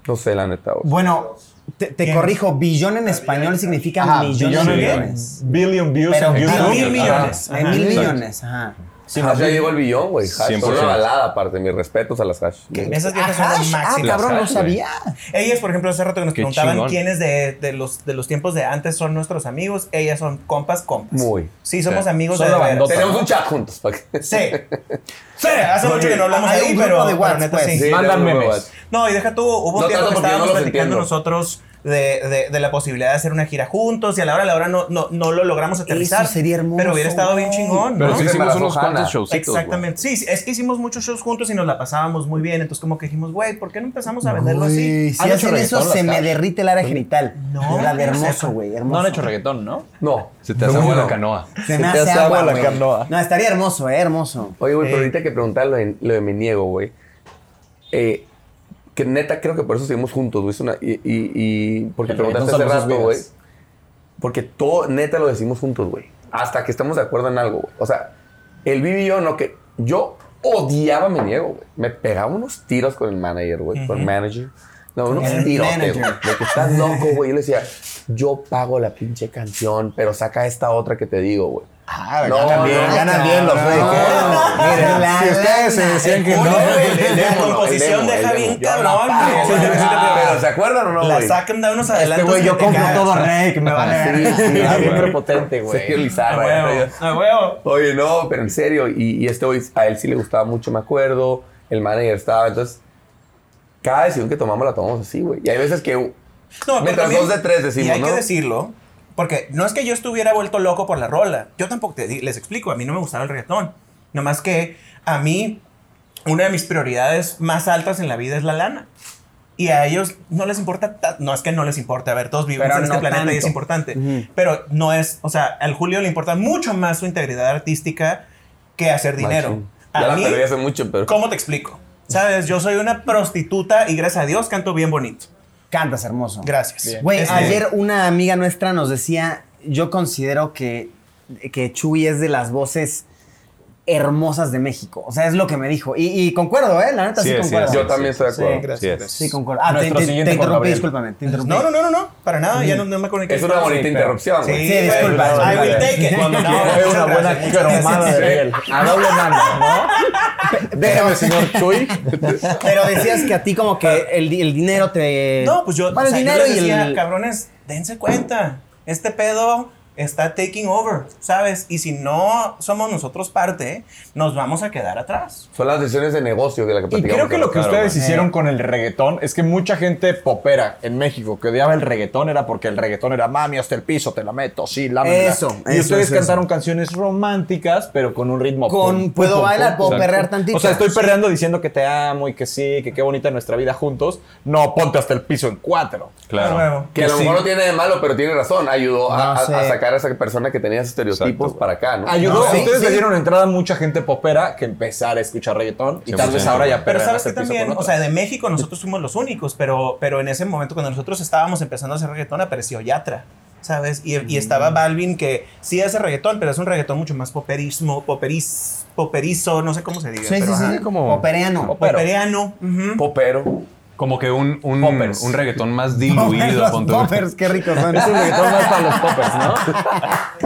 No sé, la neta. güey. Bueno, te, te corrijo, billón en español significa Ah, millón de billion- millones. Billion views Pero en YouTube. mil millones. De mil millones, ajá. Sí, Hash ya mil- llegó el billón, güey. Hash, 100%. fue una balada, aparte. Mis respetos a las Hash. Esas viejas Ah, son las hash. Ah, máximas. cabrón, no Hash, güey. sabía. Ah, Ellas, por ejemplo, hace rato que nos Qué preguntaban chingón. quiénes de, de los, de los tiempos de antes son nuestros amigos. Ellas son compas, compas. Muy. Sí, somos Sí. amigos Son de la veras. bandota. Tenemos un chat juntos. pa' que- *laughs* Sí. Sí, hace mucho que no hablamos Hay ahí, un grupo pero, de pero WhatsApp, neta pues. sí. *laughs* Sí, Mandan tenemos un memes. WhatsApp. No, y deja tú, hubo un No tiempo que tanto porque yo no estábamos los platicando entiendo. nosotros de, de- de la posibilidad de hacer una gira juntos y a la hora a la hora no, no, no lo logramos aterrizar. sería hermoso, Pero hubiera estado bien güey. chingón. Pero ¿no? sí Se me hicimos la unos sojana. cuantos showcitos. güey. Exactamente. Sí, sí, es que hicimos muchos shows juntos y nos la pasábamos muy bien. Entonces, como que dijimos, güey, ¿por qué no empezamos a venderlo Güey, así? Si hacen eso, reggaetón, se las me cabras. derrite el área genital. No, No. La de no, hermoso, sepa. güey. Hermoso. No han hecho reggaetón, ¿no? No. Se te hace agua Seguro la no. canoa. Se me Se te hace hace agua, agua la güey. canoa. No, estaría hermoso, eh, hermoso. Oye, güey, pero Eh. ahorita que preguntar lo de, lo de me niego, güey. Eh, que neta, creo que por eso seguimos juntos, güey. Es una- y, y- y- porque El preguntaste hace reggaetón salvó sus rato, güey. vidas. Porque todo, neta, lo decimos juntos, güey. Hasta que estamos de acuerdo en algo, güey. O sea, el Vivi y yo, no que. Yo odiaba me niego, güey. Me pegaba unos tiros con el manager, güey. Con el manager. No, unos El tirotes, güey. manager. De que estás loco, güey. Yo le decía, yo pago la pinche canción, pero saca esta otra que te digo, güey. Ah, No, ganan bien, no, ganan bien los cabrón. reggaetoneros. Miren, Miren, la si ustedes se lana, decían que Uy, no. güey, el la demo, composición el demo, deja el bien demo. Yo cabrón, Ah, güey. pero ¿se acuerdan o no, La güey? sacan de unos Este adelantos. güey, yo que te compro cagas. todo Rake, me vale. Sí, *laughs* ver. sí, Ah, bien güey. prepotente, güey. Sergio A Lizarra. Ah, huevo, ya sabía. a huevo. Oye, no, pero en serio. Y, y este hoy, a él sí le gustaba mucho, me acuerdo. El manager estaba, entonces... Cada decisión que tomamos la tomamos así, güey. Y hay veces que... No, pero Mientras también- dos de tres decimos, Y hay ¿no? que decirlo, porque no es que yo estuviera vuelto loco por la rola. Yo tampoco te di- les explico, a mí no me gustaba el reggaetón. Nomás que a mí, una de mis prioridades más altas en la vida es la lana. Y a ellos no les importa, ta- no es que no les importe, a ver, todos vivimos Pero en este no planeta y es tanto. importante, pero no es, o sea, al Julio le importa mucho más su integridad artística que hacer dinero. Machín. A Ya la mí, perdí hace mucho, pero... ¿cómo te explico? Sabes, yo soy una prostituta y gracias a Dios canto bien bonito. Cantas hermoso. Gracias. Güey, Este- ayer una amiga nuestra nos decía, yo considero que, que Chuy es de las voces hermosas de México. O sea, es lo que me dijo. Y, y concuerdo, ¿eh? La neta sí, Sí, sí, concuerdo. sí, Yo también estoy de Sí, acuerdo. gracias. Sí es. gracias. Sí, concuerdo. Ah, te, Nuestro te- te siguiente Juan interrumpí, Gabriel. discúlpame. Te interrumpí. No, no, no, no, no, para nada, ya no, no me conecté. Ah, Es una bonita pero- interrupción, Sí, güey. Sí, disculpa. disculpa. I will take it. *laughs* Cuando no, Fue una muchas buena gracias, muchas cromada gracias. de Sí. él. A doble mano, ¿no? *laughs* Déjame, señor Chuy. Pero decías que a ti como que el, di- el dinero te... No, pues yo, Bueno, o sea, el yo dinero les y decía, el... cabrones, dense cuenta, este pedo está taking over, ¿sabes? Y si no somos nosotros parte, nos vamos a quedar atrás. Son las decisiones de negocio que la que Y platicamos. creo que lo que claro, ustedes güey. Eh. hicieron con el reggaetón es que mucha gente popera en México que odiaba el reggaetón era porque el reggaetón era mami hasta el piso, te la meto, sí, lámela. Eso, Y eso, ustedes eso, cantaron canciones románticas, pero con un ritmo. Con pum, pum, puedo pum, bailar, pum, puedo pum. perrear tantito. O sea, estoy Sí. perreando diciendo que te amo y que sí, que qué bonita nuestra vida juntos. No, ponte hasta el piso en cuatro. A huevo. Claro. Que a lo Sí. mejor no tiene de malo, pero tiene razón. Ayudó a, No a- a sé. sacar a esa persona que tenía esos estereotipos Exacto, para acá, ¿no? Ayudó, No, sí, ustedes le sí. dieron entrada a mucha gente popera que empezara a escuchar reggaetón y tal vez 100%. ahora ya Pero perrean sabes hasta que el piso también, con o otra. sea, de México nosotros fuimos los únicos, pero, pero en ese momento cuando nosotros estábamos empezando a hacer reggaetón apareció Yatra, ¿sabes? Y, y Mm. estaba Balvin que sí hace reggaetón, pero es un reggaetón mucho más poperismo, poperiz, poperizo, no sé cómo se diga. Sí, sí, pero, ajá. sí. como- Popereano. Popero. Poperiano. ujú. popero. Como que un, un, Poppers. un *laughs* reggaetón más diluido. Los ponte- poppers, qué ricos son. Es un reggaetón más para los poppers, ¿no? *laughs*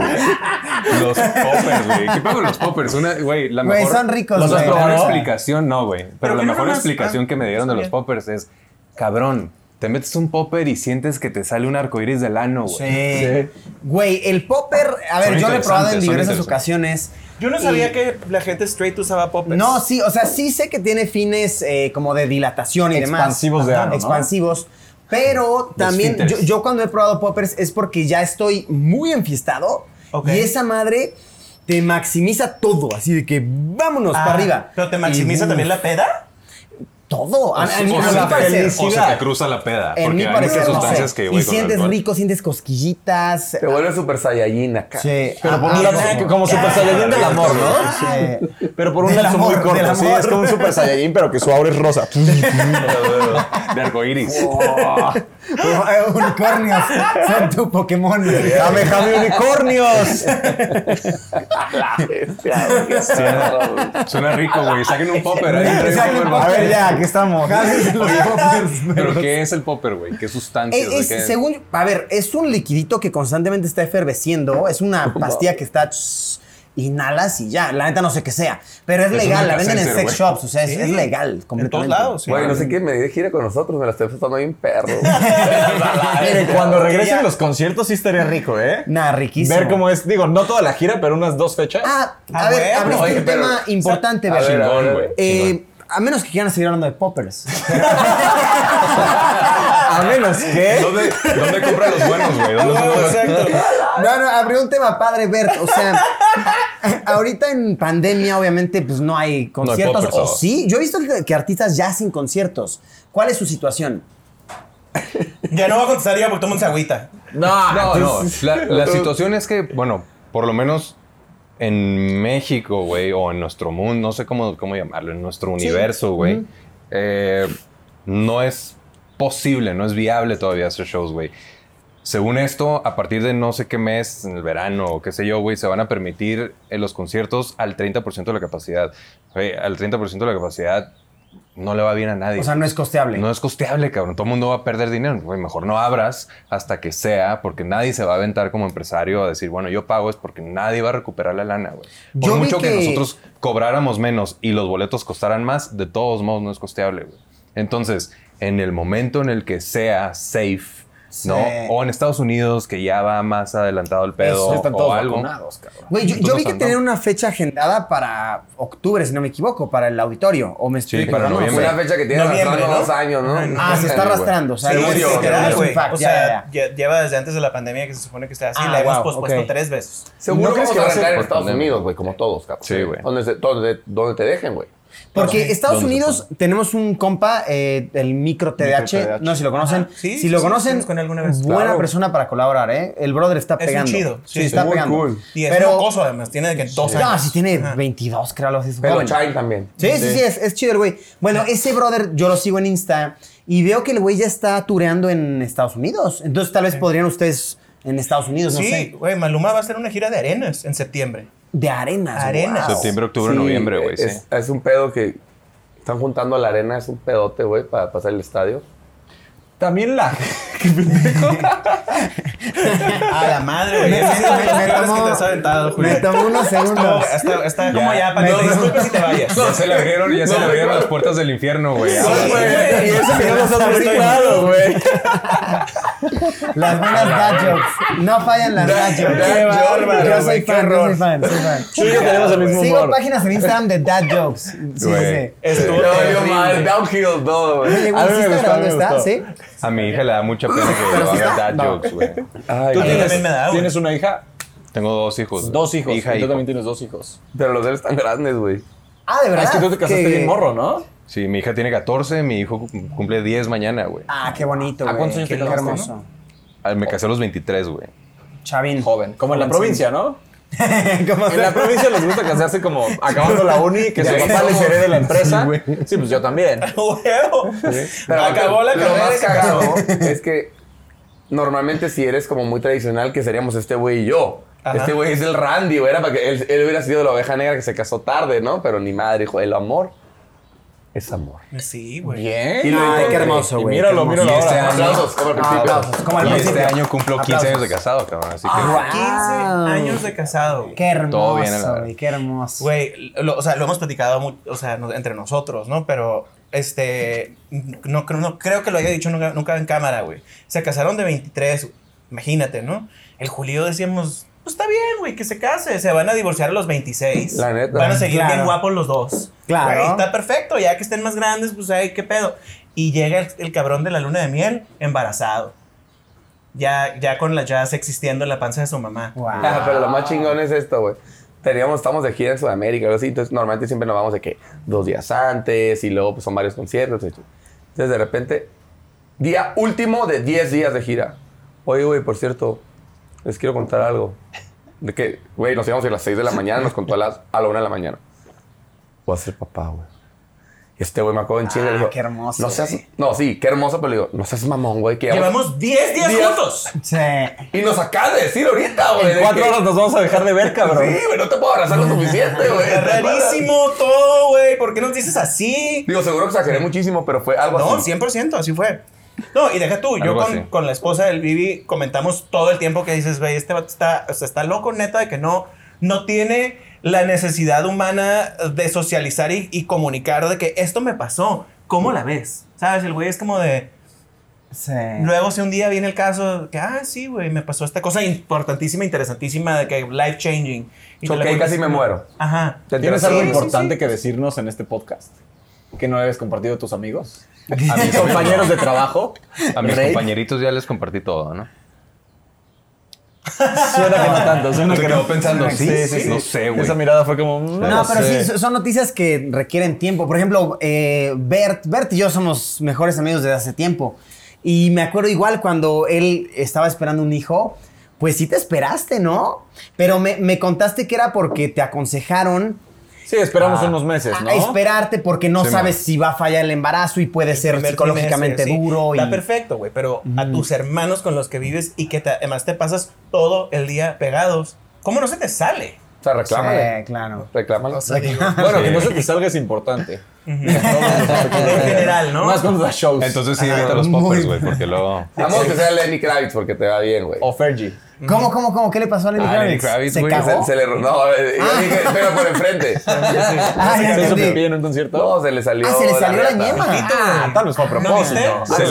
Los poppers, güey. ¿Qué pedo con los poppers? Una, güey, la Güey, mejor. son ricos, la güey, mejor la neta. explicación, no, güey. Pero, Pero la que no mejor nomás- explicación ah, que me dieron de está bien. los poppers es, cabrón, te metes un popper y sientes que te sale un arcoíris del ano, güey. Sí. Güey, el popper, a Son ver, yo lo he probado en interesantes, son diversas interesantes. ocasiones. Yo no Y- sabía que la gente straight usaba poppers. No, sí, o sea, sí sé que tiene fines eh, como de dilatación y demás. Expansivos de Ajá, ano, ¿no? Expansivos. Pero también, yo, esfínteres. yo cuando he probado poppers es porque ya estoy muy enfiestado. Ok. Y esa madre te maximiza todo, así de que vámonos Ah, para pues, arriba. ¿Pero te maximiza Y, también la peda? Todo. A, a mí- Pues, O a se, mi te, parecer. o se te cruza la peda. En mi porque hay parecer, muchas no sustancias sé. que, Y güey. con el sientes *laughs* alcohol- rico, sientes cosquillitas. Ah, Te vuelve super saiyajin acá. Sí. Pero por Ah, un lado, ah, que como Super Saiyajin del amor, ¿no? Sí. Pero por un Del lapso amor, muy del corto, amor. sí, es como un Super *laughs* Saiyajin, pero que su aura es rosa. *laughs* De arcoíris. Unicornios son tu Pokémon. ¡Jame, jame, unicornios! Suena rico, güey. *laughs* Saquen un popper. ahí, Que traigan saquen un popper. A popper. ver, ya, aquí estamos. *laughs* Pero ¿qué es el popper, güey? ¿Qué sustancia? Es- es- según, yo- a ver, es un liquidito que constantemente está efervesciendo. Es una pastilla que está. tss, inhalas y ya. La neta no sé qué sea. Pero es Es legal, una la venden en Alka-Seltzer, sex güey. shops. O sea, es, Sí. es legal. En todos Completamente. lados. sí. *laughs* Güey, no sé quién me dio gira con nosotros, me la estoy pasando bien perro. Miren, Miren, cuando regresen Ya. los conciertos sí estaría rico, ¿eh? Nah, riquísimo. Ver cómo es, digo, no toda la gira, pero unas dos fechas. Ah, a Ah, ver, bueno. abriste Oye, un pero- tema importante, a ver, Berlín. a ver, Chingón, güey. *laughs* Eh, a menos que quieran seguir hablando de poppers. *laughs* A menos que. ¿Dónde, ¿Dónde compra los buenos, *laughs* güey? ¿Dónde son los buenos? No, no, abrió un tema padre, Bert. O sea, *laughs* ahorita en pandemia, obviamente, pues no hay conciertos. poppers, o ¿no? sí, yo he visto que, que artistas ya sin conciertos. ¿Cuál es su situación? Ya no va a contestar ya porque toma un agüita. No, pues, No, no. Ah, entonces- La, la situación es que, bueno, por lo menos en México, güey, o en nuestro mundo, no sé cómo, cómo llamarlo, en nuestro universo, güey, eh, no es posible, no es viable todavía hacer shows, güey. Según esto, a partir de no sé qué mes, en el verano o qué sé yo, güey, se van a permitir eh, los conciertos al 30% de la capacidad. Güey, al 30% de la capacidad no le va bien a nadie. O sea, no es costeable. No es costeable, cabrón. Todo el mundo va a perder dinero. Güey, mejor no abras hasta que sea, porque nadie se va a aventar como empresario a decir, bueno, yo pago es porque nadie va a recuperar la lana, güey. Por Yo vi mucho que... que- nosotros cobráramos menos y los boletos costaran más, de todos modos no es costeable, güey. Entonces, en el momento en el que sea safe, ¿no? O en Estados Unidos, que ya va más adelantado el pedo Eso, están o todos algo. vacunados, cabrón. Güey, yo, Pues yo no vi que son, tenían ¿no? una fecha agendada para octubre, si no me equivoco, para el auditorio. O me estoy para equivocando, *laughs* noviembre. no Una sé. fecha que tiene Noviembre, arrastrando ¿no? dos años, ¿no? Ah, se está Güey. arrastrando. O sea, Sí, es- sí, es- literal, es un güey. fact, O ya, sea, ya, ya. lle- lleva desde antes de la pandemia que se supone que está así. Ah, la hemos wow, pospuesto ok. tres veces. Seguro ¿No que crees vamos que a va a ser arrancar en por Estados pandemia? Unidos, güey, como todos, cabrón. Sí, güey. Donde, se- donde, donde te dejen, güey. Porque Estados ¿Dónde se Unidos tenemos un compa, eh, el micro TDH, TDH. no sé si lo conocen. Ajá, Ah, sí, si sí, lo sí, conocen, estuvimos con él alguna vez. buena Claro. persona para colaborar, ¿eh? El brother está Es un pegando. chido, Sí, sí, está muy pegando. cool. Y es mocoso, además. Tiene de que dos No, años. si tiene 22, creo, los Pero Chai también. Sí, sí, sí, es, es chido el güey. Bueno, ese brother yo lo sigo en Insta y veo que el güey ya está tureando en Estados Unidos. Entonces tal vez podrían ustedes en Estados Unidos, no Sí, sé, güey, Maluma va a hacer una gira de arenas en septiembre. de arenas. Arenas. wow. Septiembre, octubre, Sí, noviembre, güey. sí. Es, es un pedo que están juntando a la arena, es un pedote, güey, para pasar el estadio. También *laughs* la. *laughs* A la madre, güey. *laughs* Me- Es una de las me- me peores que tomó- te has aventado, Me Julio. *laughs* tomó unos segundos. Está, está como ya, para Me- no, disculpe si *laughs* te vayas. Ya se le abrieron, ya se le abrieron las puertas del infierno, güey. Ahora, güey. Y eso que no nos han Estoy- platicado, güey. *laughs* Las buenas dad jokes. No fallan las dad jokes. dad Qué joke, bárbaro, yo soy güey, qué fan, yo soy horror. fan, soy *laughs* fan. Tú y yo tenemos el mismo Sigo humor. páginas en Instagram de dad jokes. Sí, sí, sí. Güey. Estuvo eh, No, yo terrible. mal, downhill todo, güey. Oye, A güey, mí ¿sí me está gustó, grabando? me ¿Está? gustó. ¿Sí? Ah, A mi hija le da mucha pena que yo haga dad jokes, güey. Tú también me da, tienes, güey. tienes una hija, Tengo dos hijos. dos hijos. Hija y y tú hijo. también tienes dos hijos. Pero los de él están grandes, güey. Ah, de Ah, verdad. es que tú te casaste bien morro, ¿no? Sí, mi hija tiene 14, mi hijo cum- cumple 10 mañana, güey. Ah, qué bonito, güey. cuántos años Qué te casaste, hermoso. Ah, Me casé a los 23, güey. Chavín. Joven. Como en la provincia, ¿no? *laughs* ¿Cómo En la provincia les gusta casarse como acabando la uni, que su papá les herede la empresa. Sí, pues yo también. *laughs* Huevo. Pero Acabó la lo carrera más y se cagado casó. es que normalmente si eres como muy tradicional, que seríamos este güey y yo. Ajá. Este güey es el Randy, güey. Era para que él, él hubiera sido la oveja negra que se casó tarde, ¿no? Pero ni madre, hijo. El amor es amor. Sí, güey. Bien. Y lo Ay, qué encontré. hermoso, Y güey. míralo, qué míralo hermoso. ahora. Aplausos, como al Ah, principio. aplausos, como al Y este principio. año cumplo 15 años de Aplausos. casado, cabrón. Así que. Ah, 15 Wow. años de casado. Qué Todo bien a la hermoso, verga. güey. Qué hermoso. Güey, lo- o sea, lo hemos platicado mu- o sea, no- entre nosotros, ¿no? Pero, este, no, creo- no creo que lo haya dicho nunca, nunca en cámara, güey. Se casaron de 23, güey. imagínate, ¿no? El Julio decíamos, pues está bien, güey, que se case. Se van a divorciar a los 26. La neta. Van a seguir Claro. bien guapos los dos. Claro. Güey, está perfecto. Ya que estén más grandes, pues, ay, qué pedo. Y llega el, el cabrón de la luna de miel embarazado. Ya, ya con la jazz existiendo en la panza de su mamá. Wow. Ah, pero lo más chingón es esto, güey. Teníamos, estamos de gira en Sudamérica, algo así, entonces normalmente siempre nos vamos de que dos días antes y luego pues, son varios conciertos. y todo. Entonces de repente, día último de 10 días de gira. Oye, güey, por cierto, les quiero contar algo. De que, güey, nos íbamos a ir a las 6 de la mañana, nos contó a, las, a la 1 de la mañana. Voy a ser papá, güey. Y este güey me acuerdo en Chile. Ah, le digo, qué hermoso, No, seas, güey. no, sí, qué hermoso, pero le digo, no seas mamón, güey. que ya vamos- Llevamos 10 días Días. juntos. Sí. Y nos acabas de decir ahorita, güey. En de cuatro que- horas nos vamos a dejar de ver, cabrón. Sí, güey, no te puedo *laughs* abrazar lo suficiente, güey. Está *laughs* rarísimo todo, güey. ¿Por qué nos dices así? Digo, seguro que exageré muchísimo, pero fue algo No, así. 100%, así fue. No, y deja tú, yo Algo con, así. con la esposa del Bibi comentamos todo el tiempo que dices, güey, este vato está, o sea, está loco, neta, de que no, no tiene la necesidad humana de socializar y, y comunicar de que esto me pasó. ¿Cómo la ves? ¿Sabes? El güey es como de. Sí. Luego, si un día viene el caso, que, ah, sí, güey, me pasó esta cosa importantísima, interesantísima, de que life changing. Y te la Choqué y cuentas casi me como- muero. Ajá. ¿Te ¿Tienes enteras? algo Sí, sí, importante que decirnos en este podcast? que no habías compartido a tus *laughs* amigos? A mis compañeros de trabajo. A mis Rey. compañeritos ya les compartí todo, ¿no? Suena que Ah, no tanto. Suena Se que quedó no. pensando, sí, sí, no sé, güey. Esa mirada fue como. mm, No, pero sé. sí, son noticias que requieren tiempo. Por ejemplo, eh, Bert, Bert y yo somos mejores amigos desde hace tiempo. Y me acuerdo igual cuando él estaba esperando un hijo, pues sí te esperaste, ¿no? Pero me, me contaste que era porque te aconsejaron Sí, esperamos unos meses, a ¿no? esperarte porque no Sí, sabes si va a fallar el embarazo y puede ser primer psicológicamente trimestre, sí. duro. Está y- perfecto, güey, pero a tus hermanos con los que vives y que te- además te pasas todo el día pegados, ¿cómo no se te sale? O sea, reclámale. Sí, claro. Reclámale. Bueno, que no se te salga es importante. en general, ¿no? Más cuando das Pues, shows. Entonces sí, evita los poppers, güey, porque luego... Vamos que sea Lenny Kravitz porque te va bien, güey. O Fergie. *laughs* ¿Cómo, cómo, cómo? ¿Qué le pasó a Lenny Ah, Lenny Kravitz? Kravitz, Oh, ¿Se güey, cagó? Se, se le ro- No, eh, yo dije, pero por enfrente. *laughs* Ah, ya ¿Se hizo entendí. pipí en un concierto? No, se le salió. Ah, se le salió la riata. ñema. Ah, tal vez fue a ¿No propósito. viste? Ah, Se sí. le,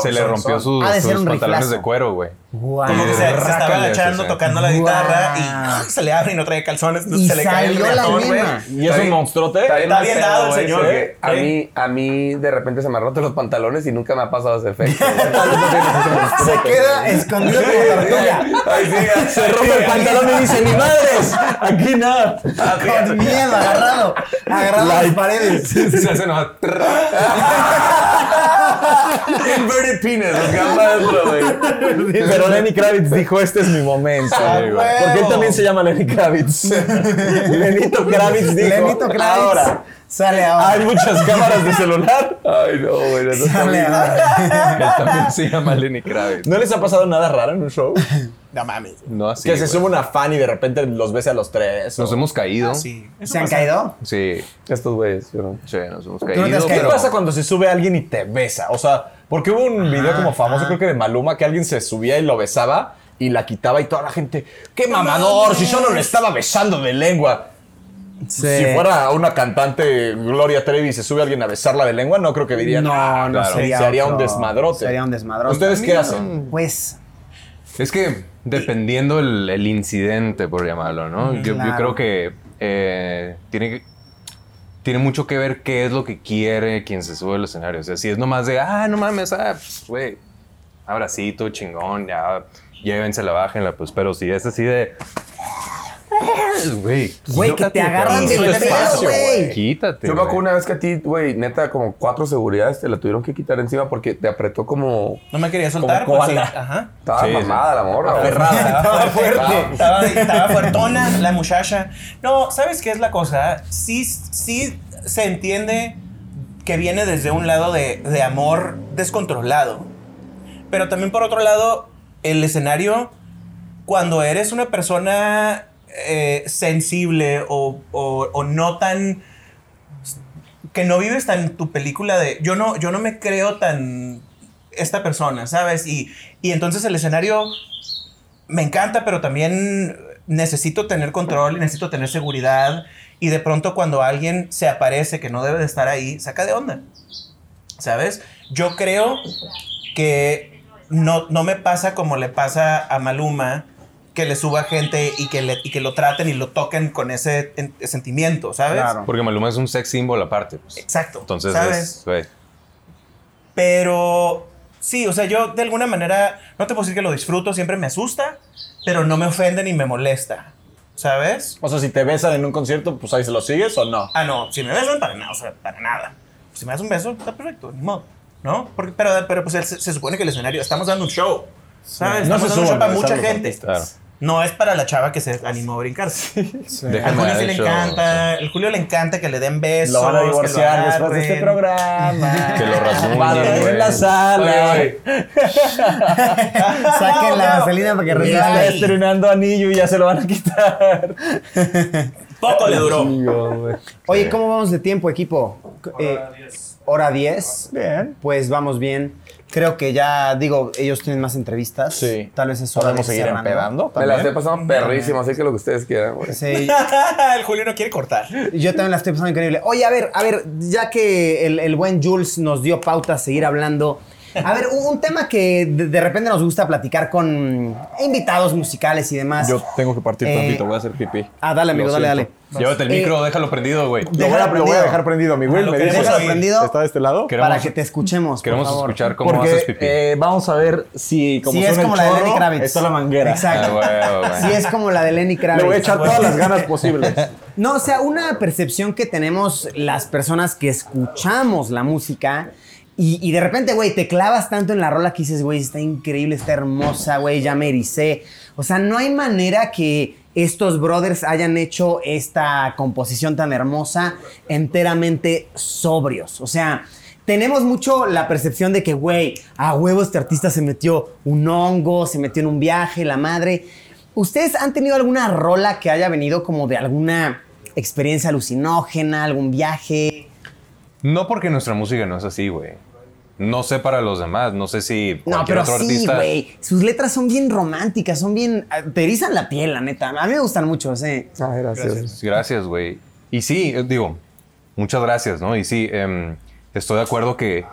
se le Son- rompió son- sus, Ha de ser sus un pantalones riflazo. de *laughs* cuero, güey. Guau. Como que se, se estaba Rácale, echando, sí. tocando la guitarra y Guau. ¡ah! *laughs* se le abre y no trae calzones, Y se le cae el salió la ratón, güey. yema. ¿Y es Está un bien- monstruote? Está bien mal dado el pedo eso, señor, que ¿eh? A Sí. mí, a mí de repente se me han roto los pantalones y nunca me ha pasado ese efecto. *laughs* *laughs* Se queda escondido como tortuga. Ay, sí, Se rompe el pantalón y dice, ¡ni madres! Aquí nada. Con miedo, agarrado. Agarrado a las paredes. Se hace nomás. Inverted penis, los que van para adentro, güey. *laughs* Pero Lenny Kravitz dijo, este es mi momento. Ah, Porque él también se llama Lenny Kravitz. Lenito Kravitz dijo, Lenito Kravitz ahora. sale ahora. Hay muchas cámaras de celular. Ay, no, güey. no está sale bien. ahora. *laughs* Él también se llama Lenny Kravitz. ¿No les ha pasado nada raro en un show? No mames. No así, que se güey. sube una fan y de repente los ves a los tres. Nos o- hemos Ah, caído. sí. Sí. ¿Se han caído? Sí, Estos güeyes, yo no. nos hemos has caído. ¿Qué pero- pasa cuando se sube alguien y te besa? O sea, porque hubo un video como famoso, creo que de Maluma, que alguien se subía y lo besaba y la quitaba y toda la gente, ¡qué mamador! Si solo le estaba besando de lengua. Si fuera una cantante Gloria Trevi y se sube alguien a besarla de lengua, no creo que dirían. No, "Ah, no claro". sería Se haría un otro- desmadrote. sería un desmadrote. ¿Ustedes qué hacen? Pues, Es que dependiendo el, el incidente, por llamarlo, ¿no? Yo, yo Claro. creo que eh, tiene, que- tiene mucho que ver qué es lo que quiere quien se sube al escenario. O sea, si es nomás de, ah, no mames, ah, pues, güey, abracito, chingón, ya, llévensela, bájenla, pues, pero si es así de... Güey, Pues Güey, que te quítate, agarran de cabrón. los pelos, güey. Quítate, Yo me acuerdo güey. una vez que a ti, güey, neta, como cuatro seguridades te la tuvieron que quitar encima porque te apretó como. No me quería soltar. Como pues, koala. ajá. Estaba Sí, sí. mamada la morra. güey. *laughs* Aferrada. Estaba fuerte. Estaba, *laughs* estaba fuertona la muchacha. No, ¿sabes qué es la cosa? Sí, sí se entiende que viene desde un lado de, de amor descontrolado. Pero también por otro lado, el escenario, cuando eres una persona eh, sensible o, o- o no tan... Que no vives tan tu película de... Yo no, yo no me creo tan esta persona, ¿sabes? Y, y entonces el escenario me encanta, pero también necesito tener control, necesito tener seguridad. Y de pronto cuando alguien se aparece que no debe de estar ahí, saca de onda. ¿Sabes? Yo creo que no, no me pasa como le pasa a Maluma, que le suba gente y que, le- y que lo traten y lo toquen con ese en- sentimiento, ¿sabes? claro. Porque Maluma es un sex símbolo aparte. pues. Exacto. Entonces, ¿sabes? es, güey, Pero sí, o sea, yo de alguna manera, no te puedo decir que lo disfruto, siempre me asusta, pero no me ofende ni me molesta, ¿sabes? O sea, si te besan en un concierto, pues ahí se lo sigues o no. Ah, no, si me besan, para nada, o sea, para nada. Si me das un beso, está perfecto, ni modo, ¿no? Porque, pero, pero pues se, se supone que el escenario, estamos dando un show, ¿sabes? No estamos se dando un show suban a para besar mucha los gente. claro. No es para la chava que se animó a brincar. Déjame Al Julio dar sí el le show, encanta, al Julio le encanta que le den besos. Lo van a que lo divorciar después de este agarren. *laughs* programa. Que lo rasguñen, Van a dormir en güey. la sala. Oye, güey, *laughs* Saquen la vaselina para que Está resbale. estrenando anillo y ya se lo van a quitar. *laughs* Poco le duró. amigo, güey. Oye, ¿cómo vamos de tiempo, equipo? Eh, Hora 10. Bien. Pues vamos bien. Creo que ya, digo, ellos tienen más entrevistas. Sí. Tal vez es hora Podemos de ir seguir cerrando. empedando Me la también. estoy pasando perrísimo, así que lo que ustedes quieran, güey. *laughs* Sí, *laughs* el Julio no quiere cortar. yo también la estoy pasando increíble. Oye, a ver, a ver, ya que el, el buen Jules nos dio pauta a seguir hablando A ver, un, un tema que de, de repente nos gusta platicar con invitados musicales y demás. Yo tengo que partir Eh, tantito, voy a hacer pipí. Ah, dale, amigo, Lo dale, siento. dale. Llévate el Eh, micro, déjalo prendido, güey. Lo voy, a, Déjalo Ah, lo voy a prendido. dejar prendido. Mi Will lo me queremos dice, oír. prendido. ¿está de este lado? Queremos- Para que te escuchemos. por Queremos favor. escuchar cómo Porque, haces pipí. eh, vamos a ver si como Sí, suena es el como la de chorro, Lenny Kravitz. Está la manguera. Ah, Exacto. güey, güey. Sí, es como la de Lenny Kravitz. Le voy a echar todas las ganas posibles. *laughs* No, o sea, una percepción que tenemos las personas que escuchamos la música y, y de repente, güey, te clavas tanto en la rola que dices, güey, está increíble, está hermosa, güey, ya me ericé. O sea, no hay manera que estos brothers hayan hecho esta composición tan hermosa enteramente sobrios. O sea, tenemos mucho la percepción de que, güey, a huevo este artista se metió un hongo, se metió en un viaje, la madre. ¿Ustedes han tenido alguna rola que haya venido como de alguna experiencia alucinógena, algún viaje? No porque nuestra música no es así, güey. No sé para los demás, no sé si No, cualquier pero otro sí, artista. güey. Sus letras son bien románticas, son bien... ah, Te erizan la piel, la neta. A mí me gustan mucho, sí. Ah, gracias. Pues, Gracias, güey. Y sí, eh, digo, muchas gracias, ¿no? Y sí, em, estoy de acuerdo que,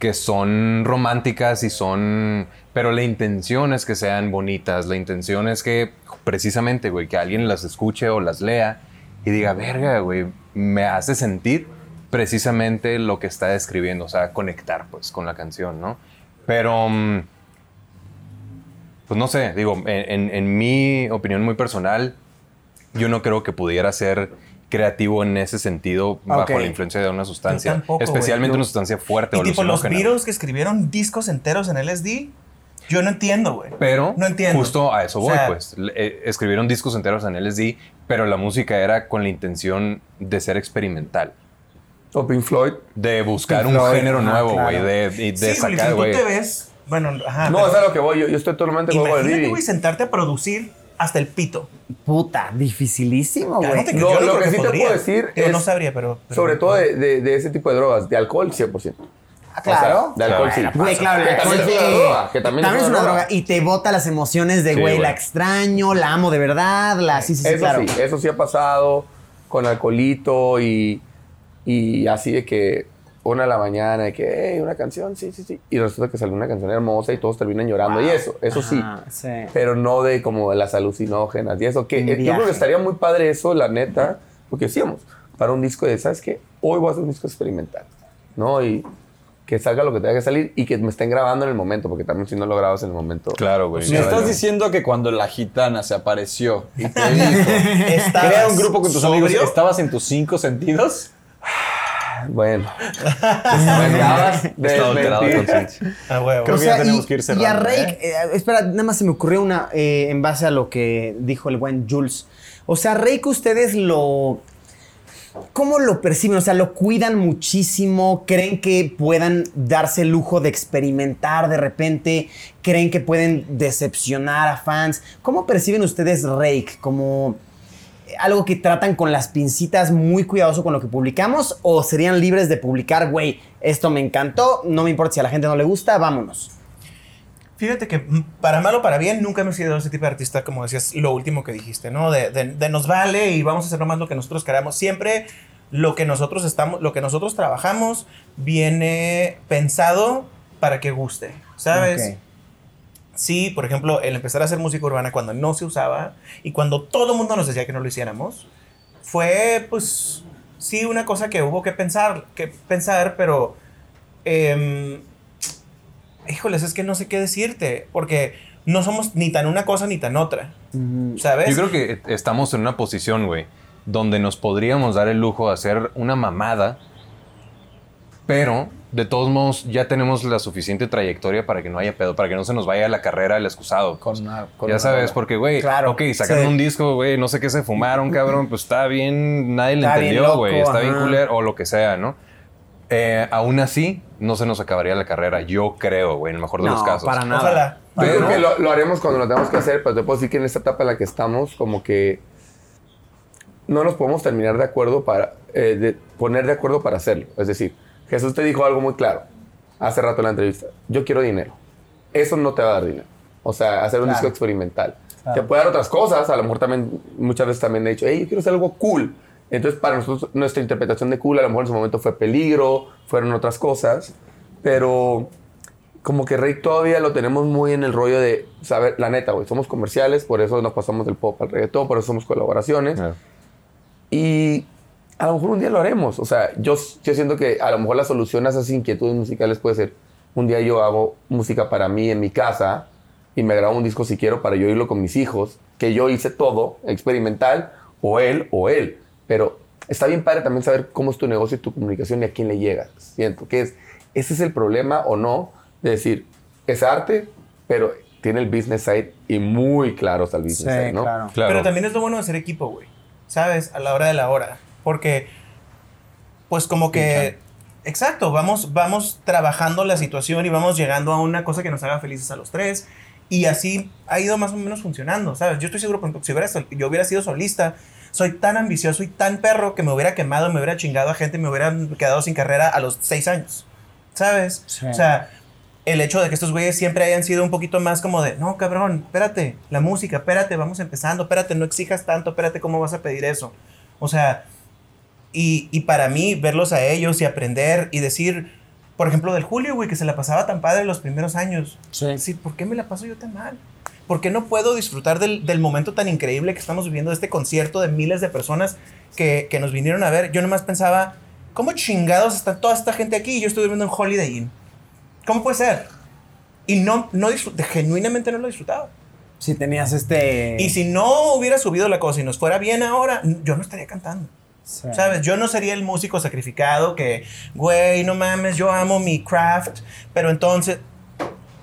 que son románticas y son... Pero la intención es que sean bonitas, la intención es que precisamente, güey, que alguien las escuche o las lea y diga, verga, güey, me hace sentir precisamente lo que está describiendo, o sea, conectar pues con la canción, ¿no? Pero... mm, pues no sé, digo, en- en- en mi opinión muy personal, yo no creo que pudiera ser creativo en ese sentido bajo Ok. la influencia de una sustancia, Yo tampoco, especialmente güey, yo- una sustancia fuerte o Y tipo, los alucinógena. Beatles que escribieron discos enteros en LSD, yo no entiendo, güey. Pero No entiendo. justo a eso O voy, sea, pues. Le- eh, Escribieron discos enteros en LSD, pero la música era con la intención de ser experimental, O Pink Floyd. de buscar Pink un Floyd, género ajá, nuevo, güey, claro. de, y de ah, sí, güey, sacar, si tú güey. te ves... Bueno, ajá. No, pero es a lo que voy. Yo, yo estoy totalmente de acuerdo con imagínate, Didi. güey, sentarte a producir hasta el pito. Puta, dificilísimo, Ya, güey. no te- No, yo no lo creo que que sí te podría. puedo decir Digo, es. no sabría, pero- pero- sobre todo de, de- de ese tipo de drogas, de alcohol 100%. Ah, claro. O sea, de alcohol sí. Güey, claro, Que la también alcohol es una te- droga, que también es una droga. Y te bota las emociones de, Sí, güey, la güey. extraño, la amo de verdad, la... Sí, sí, sí, eso claro. sí, e, eso sí ha pasado con alcoholito y, y así de que una de la mañana, de que, hey, una canción, sí, sí, sí. Y resulta que salió una canción hermosa y todos terminan llorando. Y eso, eso sí. Ajá, sí. *laughs* Pero no de como de las alucinógenas y eso. Que Un eh, yo creo viaje. que estaría muy padre eso, la neta, porque decíamos, para un disco de, ¿sabes qué? Hoy voy a hacer un disco experimental, ¿no? Y que salga lo que tenga que salir y que me estén grabando en el momento, porque también si no lo grabas en el momento. Claro, güey. Me estás bueno. diciendo que cuando la gitana se apareció y *laughs* te dijo, Estabas crea un grupo con tus amigos, sobrio. ¿estabas en tus cinco *laughs* sentidos? Pues, Bueno. Me grabas de Estado alterado de mentir. conciencia. Ah, güey, Creo O que sea, ya tenemos y- que ir Y a cerrando, Rake, eh, espera, nada más se me ocurrió una eh, en base a lo que dijo el buen Jules. O sea, Rake, ustedes lo. ¿Cómo lo perciben? O sea, ¿lo cuidan muchísimo? ¿Creen que puedan darse el lujo de experimentar de repente? ¿Creen que pueden decepcionar a fans? ¿Cómo perciben ustedes Rake? ¿Como algo que tratan con las pincitas muy cuidadoso con lo que publicamos? ¿O serían libres de publicar, güey, esto me encantó, no me importa si a la gente no le gusta, vámonos? Fíjate que mm, para mal o para bien nunca me he sido ese tipo de artista, como decías, lo último que dijiste, ¿no? De, de- de nos vale y vamos a hacer nomás lo que nosotros queramos. Siempre lo que nosotros estamos, lo que nosotros trabajamos viene pensado para que guste, ¿sabes? Ok. Sí, por ejemplo, el empezar a hacer música urbana cuando no se usaba y cuando todo el mundo nos decía que no lo hiciéramos, fue pues sí una cosa que hubo que pensar, que pensar, pero em, híjoles, es que no sé qué decirte, porque no somos ni tan una cosa ni tan otra, ¿sabes? Yo creo que estamos en una posición, güey, donde nos podríamos dar el lujo de hacer una mamada, pero de todos modos ya tenemos la suficiente trayectoria para que no haya pedo, para que no se nos vaya la carrera el excusado. Con una- con ya una sabes, droga. porque, güey, Claro, ok, sacaron sí. un disco, güey, no sé qué *laughs* se fumaron, cabrón, pues está bien, nadie le Está bien entendió, loco, güey, está bien ajá. culero, o lo que sea, ¿no? Eh, aún así, no se nos acabaría la carrera, yo creo, güey, en el mejor de los casos. para nada. Ojalá. Yo creo que lo, lo haremos cuando lo tengamos que hacer, pero te puedo decir que en esta etapa en la que estamos, como que no nos podemos terminar de acuerdo para eh, de poner de acuerdo para hacerlo. Es decir, Jesús te dijo algo muy claro hace rato en la entrevista. Yo quiero dinero. Eso no te va a dar dinero. O sea, hacer un disco experimental. Te puede dar otras cosas. A lo mejor también muchas veces también he dicho, hey, yo quiero hacer algo cool. Entonces, para nosotros, nuestra interpretación de cool a lo mejor en su momento fue peligro, fueron otras cosas. Pero como que Rey todavía lo tenemos muy en el rollo de saber, la neta, güey, somos comerciales, por eso nos pasamos del pop al reggaetón, por eso somos colaboraciones. Claro. Y a lo mejor un día lo haremos. O sea, yo, yo siento que a lo mejor la solución a esas inquietudes musicales puede ser, un día yo hago música para mí en mi casa y me grabo un disco si quiero para yo irlo con mis hijos, que yo hice todo, experimental, o él, o él. Pero está bien padre también saber cómo es tu negocio y tu comunicación y a quién le llegas. Siento que es, ese es el problema o no de decir, es arte, pero tiene el business side y muy claro está el business side, ¿no? claro. Claro. Pero también es lo bueno de ser equipo, güey. ¿Sabes? A la hora de la hora. Porque, pues como que... Exacto, vamos, vamos trabajando la situación y vamos llegando a una cosa que nos haga felices a los tres. Y así ha ido más o menos funcionando, ¿sabes? Yo estoy seguro, por ejemplo, que si hubiera sol- yo hubiera sido solista, soy tan ambicioso y tan perro que me hubiera quemado, me hubiera chingado a gente, me hubiera quedado sin carrera a los seis años, ¿sabes? Sí. O sea, el hecho de que estos güeyes siempre hayan sido un poquito más como de, no, cabrón, espérate, la música, espérate, vamos empezando, espérate, no exijas tanto, espérate, ¿cómo vas a pedir eso? O sea, y, y para mí, verlos a ellos y aprender y decir, por ejemplo, del Julio, güey, que se la pasaba tan padre los primeros años. Sí. Es decir, ¿por qué me la paso yo tan mal? ¿Por qué no puedo disfrutar del, del momento tan increíble que estamos viviendo, de este concierto de miles de personas que, que nos vinieron a ver? Yo nomás pensaba, ¿cómo chingados está toda esta gente aquí? Y yo estoy viviendo en Holiday Inn. ¿Cómo puede ser? Y no, no disfruté, genuinamente no lo disfrutaba. Si tenías este. Y si no hubiera subido la cosa y nos fuera bien ahora, yo no estaría cantando. Sí. ¿Sabes? Yo no sería el músico sacrificado que, güey, no mames, yo amo mi craft, pero entonces,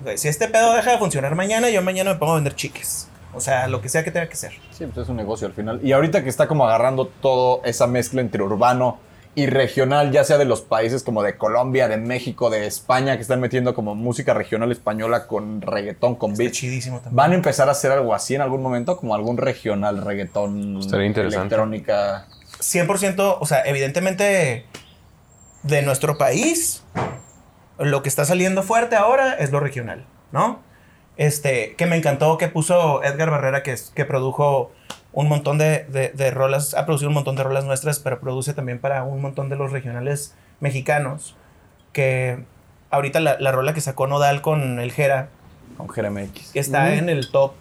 güey, si este pedo deja de funcionar mañana, yo mañana me pongo a vender chiques. O sea, lo que sea que tenga que ser. Sí, pues es un negocio al final. Y ahorita que está como agarrando toda esa mezcla entre urbano y regional, ya sea de los países como de Colombia, de México, de España, que están metiendo como música regional española con reggaetón, con Está beach. chidísimo también. ¿Van a empezar a hacer algo así en algún momento? Como algún regional, reggaetón, Estaría interesante. electrónica. 100%, o sea, evidentemente de nuestro país, lo que está saliendo fuerte ahora es lo regional, ¿no? Este, que me encantó que puso Edgar Barrera, que, es- que produjo un montón de, de- de rolas, ha producido un montón de rolas nuestras, pero produce también para un montón de los regionales mexicanos, que ahorita la, la rola que sacó Nodal con el Jera, Con Jeremy X. que está en el top,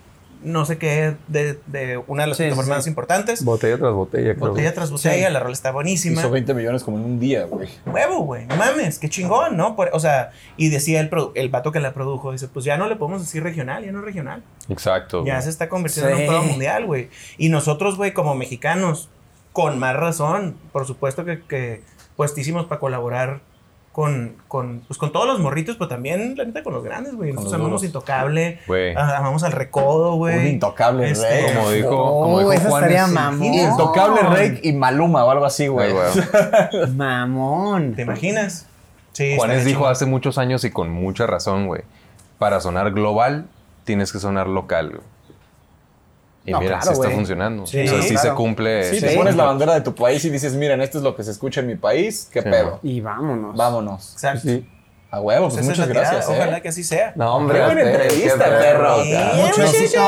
no sé qué, de, de una de las Sí, sí, plataformas sí. más importantes. Botella tras botella, creo. Botella tras botella, la rola está buenísima Hizo 20 millones como en un día, güey. huevo, güey, no mames, qué chingón, ¿no? Por- o sea, y decía el, produ- el vato que la produjo, dice, pues ya no le podemos decir regional, ya no es regional, Exacto. Oh, ya güey. se está convirtiendo en Sí. un pedo mundial, güey. Y nosotros, güey, como mexicanos, con más razón, por supuesto que, que puestísimos para colaborar con, con, pues, con todos los morritos, pero también, la neta, con los grandes, güey. Con los Nosotros amamos duros. Intocable, Güey. ah, amamos al Recodo, Un güey. intocable Este, rey. Como dijo, como Oh, dijo eso Juan, estaría es- mamón. Intocable rey y Maluma o algo así, güey. Ay, güey. Mamón. ¿Te imaginas? Sí, Juanes estaría dijo hace muchos años y con mucha razón, güey. Para sonar global, tienes que sonar local, güey. Y No, mira, claro, sí está güey. funcionando. Sí, o sea, sí claro. se *laughs* cumple. Sí, sí te se pones cumple. la bandera de tu país y dices, miren, esto es lo que se escucha en mi país, qué Sí, pedo. Y vámonos. Vámonos. Exacto. Sí. A huevo, Pues pues esa es muchas la tirada, gracias. ¿eh? Ojalá que así sea. No, hombre. Qué buena ustedes, entrevista, siempre, perro. perro. Sí. Mucho éxito.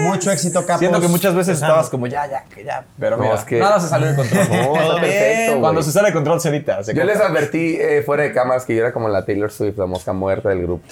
Mucho éxito, capos. Siento que muchas veces Empezando. estabas como ya, ya, que ya. Pero No, mira, es que- nada se salió de control. No, está *laughs* Todo bien. perfecto, güey. Cuando se sale de control se edita. se Yo corta. les advertí eh, fuera de cámaras que yo era como la Taylor Swift, la mosca muerta *laughs* del grupo.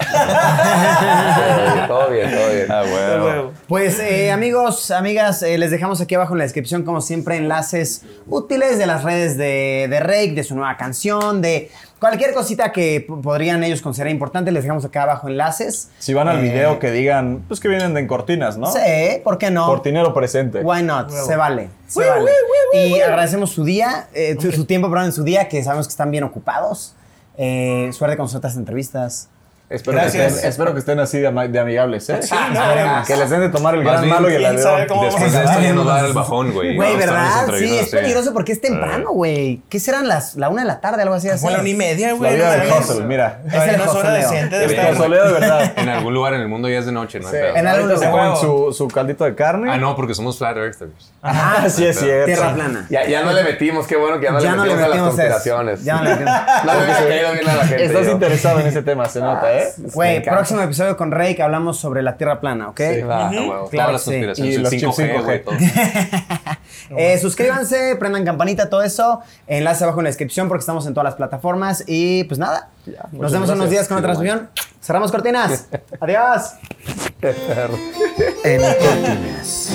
todo bien, todo bien. Ah, güey. Huevo. Pues eh, amigos, amigas, eh, les dejamos aquí abajo en la descripción, como siempre, enlaces útiles de las redes de, de Rake, de su nueva canción, de cualquier cosita que p- podrían ellos considerar importante, les dejamos acá abajo enlaces. Si van al Eh, video que digan, pues que vienen de en cortinas, ¿no? Sí, ¿por qué no? Cortinero presente. Why not? Se vale. se vale. y agradecemos su día, eh, su, su tiempo, perdón, en su día, que sabemos que están bien ocupados. Eh, suerte con sus otras entrevistas. Espero, Que Gracias. estén, espero que estén así de, ama- de amigables, ¿eh? no, Esperemos. que les den de tomar el Más gran bien, malo y el quién sabe alrededor. cómo vamos Después a de esto acabar. ya nos va a dar el bajón, güey. Güey, Vamos a estar ¿verdad? Sí, desentrevistados, es peligroso porque es temprano, güey. ¿Qué serán las la una de la tarde, algo así? así? Fue la una y media, La güey. vida no del mames. hustle, *laughs* mira. Es el hustle, hora Leo. decente de Sí, estar. Es soledad de verdad. En algún lugar en el mundo ya es de noche, ¿no? hay pedo. En algún lugar. se comen su, su caldito de carne. Ah, no, porque somos flat earthers. Ah, *laughs* sí es cierto. Tierra plana. Ya, ya no le metimos, qué bueno que ya no Ya le no metimos le a las metimos eso. conspiraciones. Ya no le metimos. *laughs* No le hubiera caído bien a la gente. Estás yo. interesado en ese tema, se nota, ¿eh? Güey, próximo episodio con Rey que hablamos sobre la Tierra plana, ¿ok? Sí, va, Ah, güey. huevo. Claro Todas las que sí. conspiraciones. Y el los chips 5G, güey, 5G. todo. Eh, suscríbanse, prendan campanita, todo eso. Enlace abajo en la descripción porque estamos en todas las plataformas. Y pues nada, nos vemos en unos gracias. días con otra Igual. transmisión. Cerramos cortinas. Adiós. Perro. En cortinas.